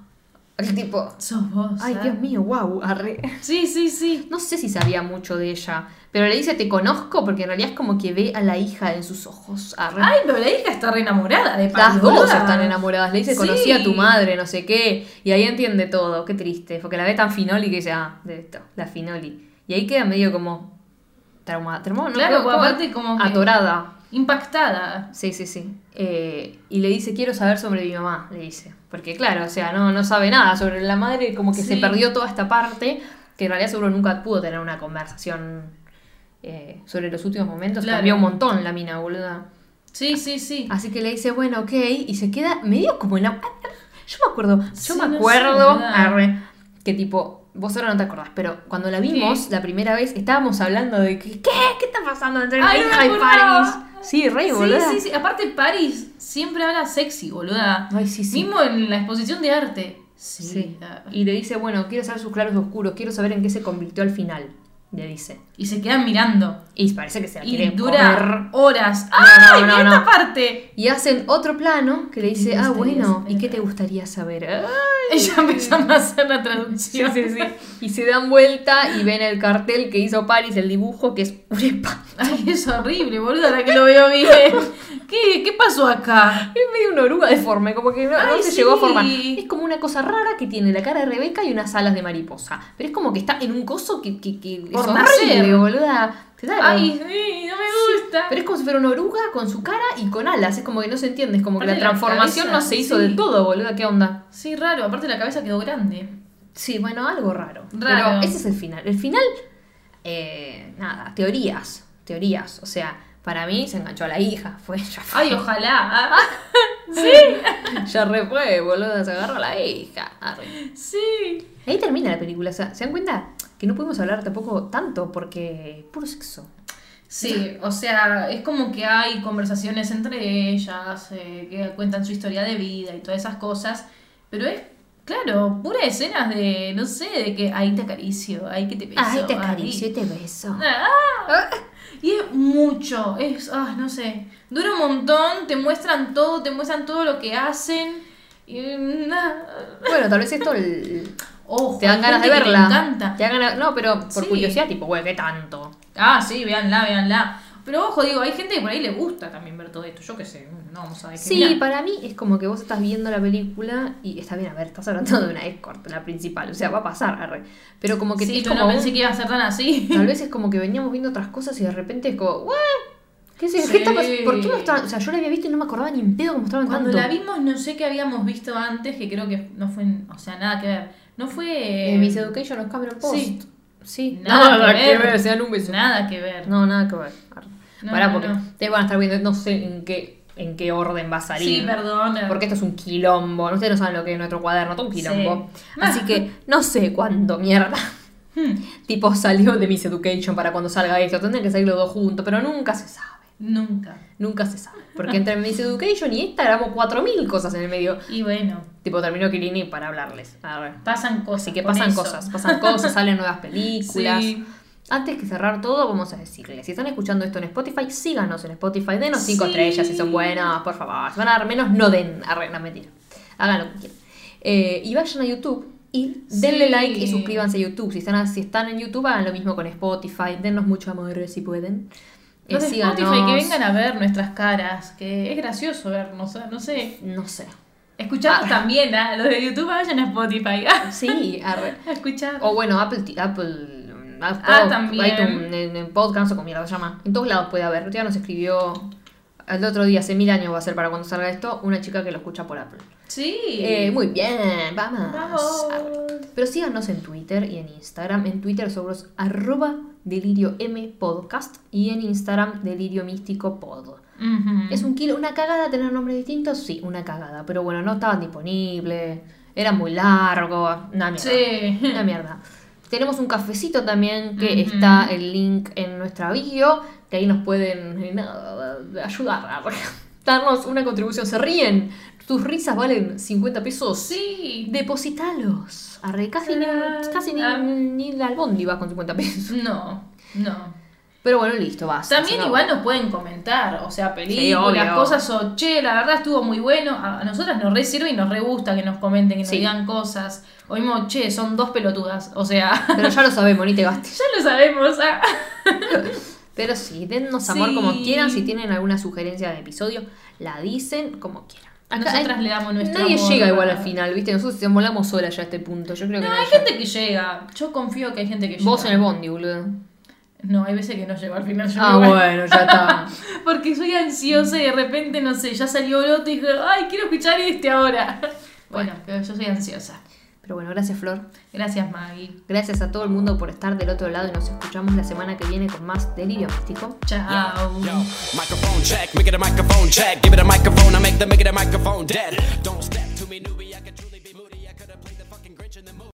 [SPEAKER 3] el tipo,
[SPEAKER 1] Sos vos.
[SPEAKER 3] ay
[SPEAKER 1] ¿eh?
[SPEAKER 3] Dios mío, wow, arre.
[SPEAKER 1] Sí, sí, sí.
[SPEAKER 3] No sé si sabía mucho de ella, pero le dice, te conozco, porque en realidad es como que ve a la hija en sus ojos. arre.
[SPEAKER 1] Ay, pero la hija está re enamorada de Paris.
[SPEAKER 3] Las dos
[SPEAKER 1] boluda.
[SPEAKER 3] están enamoradas. Le dice,
[SPEAKER 1] Sí.
[SPEAKER 3] conocí a tu madre, no sé qué. Y ahí entiende todo. Qué triste. Porque la ve tan finoli que dice, ah, de esto, la finoli. Y ahí queda medio como traumada. traumada, no,
[SPEAKER 1] Claro,
[SPEAKER 3] ¿cómo-
[SPEAKER 1] pues,
[SPEAKER 3] cómo?
[SPEAKER 1] aparte como que-
[SPEAKER 3] Atorada.
[SPEAKER 1] Impactada.
[SPEAKER 3] Sí, sí, sí. Eh, y le dice, quiero saber sobre mi mamá, le dice. Porque claro, o sea, no, no sabe nada sobre la madre, como que se
[SPEAKER 1] Sí.
[SPEAKER 3] perdió toda esta parte, que en realidad seguro nunca pudo tener una conversación eh, sobre los últimos momentos.
[SPEAKER 1] Claro.
[SPEAKER 3] Cambió un montón la mina, boluda.
[SPEAKER 1] Sí, sí, sí.
[SPEAKER 3] Así que le dice, bueno, ok, y se queda medio como en la... Yo me acuerdo, yo
[SPEAKER 1] Sí, no
[SPEAKER 3] me
[SPEAKER 1] sé,
[SPEAKER 3] acuerdo,
[SPEAKER 1] ¿verdad?
[SPEAKER 3] arre, que tipo, vos ahora no te acordás, pero cuando la vimos la primera vez estábamos hablando de que, ¿qué? ¿Qué está pasando entre
[SPEAKER 1] Ay, no me
[SPEAKER 3] Rebeca y
[SPEAKER 1] acordaba.
[SPEAKER 3] Paris? Sí, rey,
[SPEAKER 1] Sí,
[SPEAKER 3] boluda.
[SPEAKER 1] sí, sí. Aparte, Paris siempre habla sexy, boluda.
[SPEAKER 3] Ay, sí, sí.
[SPEAKER 1] Mismo en la exposición de arte. Sí.
[SPEAKER 3] Sí.
[SPEAKER 1] ah.
[SPEAKER 3] Y le dice, bueno, quiero saber sus claros y oscuros, quiero saber en qué se convirtió al final, le dice.
[SPEAKER 1] Y se quedan mirando.
[SPEAKER 3] Y parece que se la
[SPEAKER 1] Y
[SPEAKER 3] quiere
[SPEAKER 1] dura
[SPEAKER 3] comer.
[SPEAKER 1] horas.
[SPEAKER 3] No,
[SPEAKER 1] ¡Ay,
[SPEAKER 3] no, no,
[SPEAKER 1] mira
[SPEAKER 3] no.
[SPEAKER 1] esta parte!
[SPEAKER 3] Y hacen otro plano que le dice, ah,
[SPEAKER 1] gustaría
[SPEAKER 3] bueno,
[SPEAKER 1] saber?
[SPEAKER 3] ¿y qué te gustaría saber?
[SPEAKER 1] Ella empezó a hacer la
[SPEAKER 3] Sí,
[SPEAKER 1] traducción.
[SPEAKER 3] sí, sí. Y se dan vuelta y ven el cartel que hizo Paris, el dibujo, que es un espanto.
[SPEAKER 1] Ay, es horrible, boluda, la que lo veo bien. ¿Qué, qué pasó acá?
[SPEAKER 3] Es medio una oruga deforme, como que no, no
[SPEAKER 1] Ay,
[SPEAKER 3] se
[SPEAKER 1] sí.
[SPEAKER 3] llegó a formar. Es como una cosa rara que tiene la cara de Rebeca y unas alas de mariposa. Pero es como que está en un coso que, que, que es
[SPEAKER 1] Por
[SPEAKER 3] horrible,
[SPEAKER 1] nacer.
[SPEAKER 3] boluda. Claro.
[SPEAKER 1] Ay, sí, no me gusta.
[SPEAKER 3] Pero es como si fuera una oruga con su cara y con alas. Es como que no se entiende, es como que Ah, la
[SPEAKER 1] Aparte la
[SPEAKER 3] transformación
[SPEAKER 1] cabeza,
[SPEAKER 3] no se hizo
[SPEAKER 1] sí.
[SPEAKER 3] del todo, boluda. ¿Qué onda?
[SPEAKER 1] Sí, raro. Aparte, la cabeza quedó grande.
[SPEAKER 3] Sí, bueno, algo raro. Pero
[SPEAKER 1] Raro.
[SPEAKER 3] ese es el final. El final, eh, nada, teorías, teorías. O sea, para mí se enganchó a la hija. Fue, ya fue.
[SPEAKER 1] Ay, ojalá.
[SPEAKER 3] Ya re fue, boludo, se agarró a la hija. Arre.
[SPEAKER 1] Sí.
[SPEAKER 3] Ahí termina la película. O sea, ¿se dan cuenta? Que no pudimos hablar tampoco tanto porque puro sexo.
[SPEAKER 1] Sí, o sea, es como que hay conversaciones entre ellas, eh, que cuentan su historia de vida y todas esas cosas, pero es, claro, pura escenas de, no sé, de que ahí te acaricio, ahí que te beso.
[SPEAKER 3] Ay, te acaricio y te este beso.
[SPEAKER 1] Ah. Y es mucho, es, ah, no sé, dura un montón, te muestran todo, te muestran todo lo que hacen. Y, ah,
[SPEAKER 3] Bueno, tal vez esto el-
[SPEAKER 1] ojo,
[SPEAKER 3] te dan
[SPEAKER 1] hay
[SPEAKER 3] ganas de
[SPEAKER 1] gente que le
[SPEAKER 3] verla.
[SPEAKER 1] encanta.
[SPEAKER 3] Te dan ganas- no, pero por
[SPEAKER 1] Sí.
[SPEAKER 3] curiosidad, tipo, güey, ¿qué tanto?
[SPEAKER 1] Ah, sí, véanla, véanla. Pero ojo, digo, hay gente que por ahí le gusta también ver todo esto. Yo qué sé, no vamos a
[SPEAKER 3] Sí,
[SPEAKER 1] discriminar.
[SPEAKER 3] para mí es como que vos estás viendo la película y está bien, a ver, estás hablando de una escort, la principal, o sea, va a pasar, arre. Pero como que
[SPEAKER 1] Sí,
[SPEAKER 3] es
[SPEAKER 1] yo
[SPEAKER 3] como
[SPEAKER 1] no
[SPEAKER 3] un-
[SPEAKER 1] pensé que iba a ser tan así.
[SPEAKER 3] tal vez es como que veníamos viendo otras cosas y de repente es como, ¿what? ¿Qué es
[SPEAKER 1] Sí.
[SPEAKER 3] ¿Qué está pas- ¿Por qué mostraban? O sea, yo la había visto y no me acordaba ni en pedo que mostraban
[SPEAKER 1] Cuando
[SPEAKER 3] tanto.
[SPEAKER 1] la vimos, no sé qué habíamos visto antes, que creo que no fue, o sea, nada que ver. No fue...
[SPEAKER 3] Eh, Miss Education of Cameron Post.
[SPEAKER 1] Sí.
[SPEAKER 3] Sí.
[SPEAKER 1] Nada que ver.
[SPEAKER 3] se dan un beso.
[SPEAKER 1] Nada que ver.
[SPEAKER 3] No, nada que ver. Arre.
[SPEAKER 1] No,
[SPEAKER 3] Pará,
[SPEAKER 1] no,
[SPEAKER 3] porque
[SPEAKER 1] no.
[SPEAKER 3] ustedes van a estar viendo, no sé en qué en qué orden va a salir.
[SPEAKER 1] Sí, perdón.
[SPEAKER 3] Porque esto es un quilombo. Ustedes no saben lo que es nuestro cuaderno, todo un quilombo.
[SPEAKER 1] Sí. Ah.
[SPEAKER 3] Así que no sé cuándo, mierda.
[SPEAKER 1] Hmm.
[SPEAKER 3] Tipo salió de Miss Education para cuando salga esto. Tendrían que salir los dos juntos, pero nunca se sabe.
[SPEAKER 1] Nunca.
[SPEAKER 3] Nunca se sabe. Porque entre Miss Education y esta éramos 4.000 cosas en el medio.
[SPEAKER 1] Y bueno,
[SPEAKER 3] Tipo, terminó Kirini para hablarles. Arre.
[SPEAKER 1] pasan cosas.
[SPEAKER 3] Así que
[SPEAKER 1] Ah, con
[SPEAKER 3] pasan
[SPEAKER 1] eso.
[SPEAKER 3] cosas, pasan cosas, salen nuevas películas.
[SPEAKER 1] Sí.
[SPEAKER 3] Antes que cerrar todo, vamos a decirles, si están escuchando esto en Spotify, síganos en Spotify, denos 5
[SPEAKER 1] Sí.
[SPEAKER 3] estrellas si son buenas, por favor. Si van a dar menos, no den, arre, no mentira. Hagan lo que quieran. Eh, y vayan a YouTube y denle
[SPEAKER 1] Sí.
[SPEAKER 3] like y suscríbanse a YouTube. Si están, si están en YouTube, hagan lo mismo con Spotify, dennos mucho amor si pueden. Eh,
[SPEAKER 1] Los de
[SPEAKER 3] síganos.
[SPEAKER 1] Spotify que vengan a ver nuestras caras, que es gracioso vernos, ¿eh? no sé.
[SPEAKER 3] No sé.
[SPEAKER 1] Escucharnos
[SPEAKER 3] Ah.
[SPEAKER 1] también, ¿ah? los de YouTube vayan a Spotify
[SPEAKER 3] Sí, arre.
[SPEAKER 1] a escuchar.
[SPEAKER 3] O bueno, Apple, ti- Apple, Apple
[SPEAKER 1] Ah, también.
[SPEAKER 3] iTunes, en, en podcast o como mierda se llama. En todos lados puede haber. Ya nos escribió el otro día, hace mil años va a ser para cuando salga esto, una chica que lo escucha por Apple.
[SPEAKER 1] Sí.
[SPEAKER 3] Eh, muy bien, vamos.
[SPEAKER 1] Vamos.
[SPEAKER 3] Pero síganos en Twitter y en Instagram. En Twitter somos arroba delirio M podcast y en Instagram delirio místico pod.
[SPEAKER 1] Ujú.
[SPEAKER 3] Es un kilo, una cagada tener nombres distintos, sí, una cagada. Pero bueno, no estaban disponibles, era muy largo, una mierda.
[SPEAKER 1] Sí.
[SPEAKER 3] Una mierda. Tenemos un cafecito también que
[SPEAKER 1] Ujú.
[SPEAKER 3] está el link en nuestra bio, que ahí nos pueden eh, nada, ayudar a darnos una contribución. Se ríen, tus risas valen 50 pesos.
[SPEAKER 1] Sí.
[SPEAKER 3] Depositalos. Arre, casi ni,
[SPEAKER 1] Claro.
[SPEAKER 3] casi ni,
[SPEAKER 1] Ah.
[SPEAKER 3] ni la albóndiga con 50 pesos.
[SPEAKER 1] No, no.
[SPEAKER 3] Pero bueno, listo, basta.
[SPEAKER 1] También
[SPEAKER 3] se acabó.
[SPEAKER 1] igual nos pueden comentar, o sea, películas,
[SPEAKER 3] obvio.
[SPEAKER 1] cosas, o che, la verdad estuvo muy bueno. A, a nosotras nos re sirve y nos re gusta que nos comenten, que nos
[SPEAKER 3] Sí.
[SPEAKER 1] digan cosas. O mismo, che, son dos pelotudas, o sea, ya
[SPEAKER 3] Pero ya lo sabemos, ni te gastes.
[SPEAKER 1] lo sabemos. ah.
[SPEAKER 3] Pero sí, dennos amor
[SPEAKER 1] Sí.
[SPEAKER 3] como quieran. Si tienen alguna sugerencia de episodio, la dicen como quieran.
[SPEAKER 1] Nosotras le damos nuestro
[SPEAKER 3] Nadie
[SPEAKER 1] amor,
[SPEAKER 3] llega igual
[SPEAKER 1] ¿verdad?
[SPEAKER 3] al final, ¿viste? Nosotros volamos sola ya a este punto. Yo creo que
[SPEAKER 1] No,
[SPEAKER 3] no
[SPEAKER 1] hay
[SPEAKER 3] llega.
[SPEAKER 1] gente que llega. Yo confío que hay gente que llega.
[SPEAKER 3] Vos en el bondi, boludo.
[SPEAKER 1] No, hay veces que no llego al final. yo
[SPEAKER 3] Ah,
[SPEAKER 1] igual.
[SPEAKER 3] bueno, ya está.
[SPEAKER 1] Porque soy ansiosa y de repente, no sé, ya salió el otro y dije, ay, quiero escuchar este ahora. Bueno, pero yo soy ansiosa.
[SPEAKER 3] Pero bueno, gracias, Flor.
[SPEAKER 1] Gracias, Maggie.
[SPEAKER 3] Gracias a todo el mundo por estar del otro lado y nos escuchamos la semana que viene con más Delirio Místico.
[SPEAKER 1] Chao.
[SPEAKER 2] Yo, microphone check, make it a microphone check. Give it a microphone, I make the make it a microphone dead. Don't step to me, newbie. I could truly be moody. I could have played the fucking Grinch in the movie.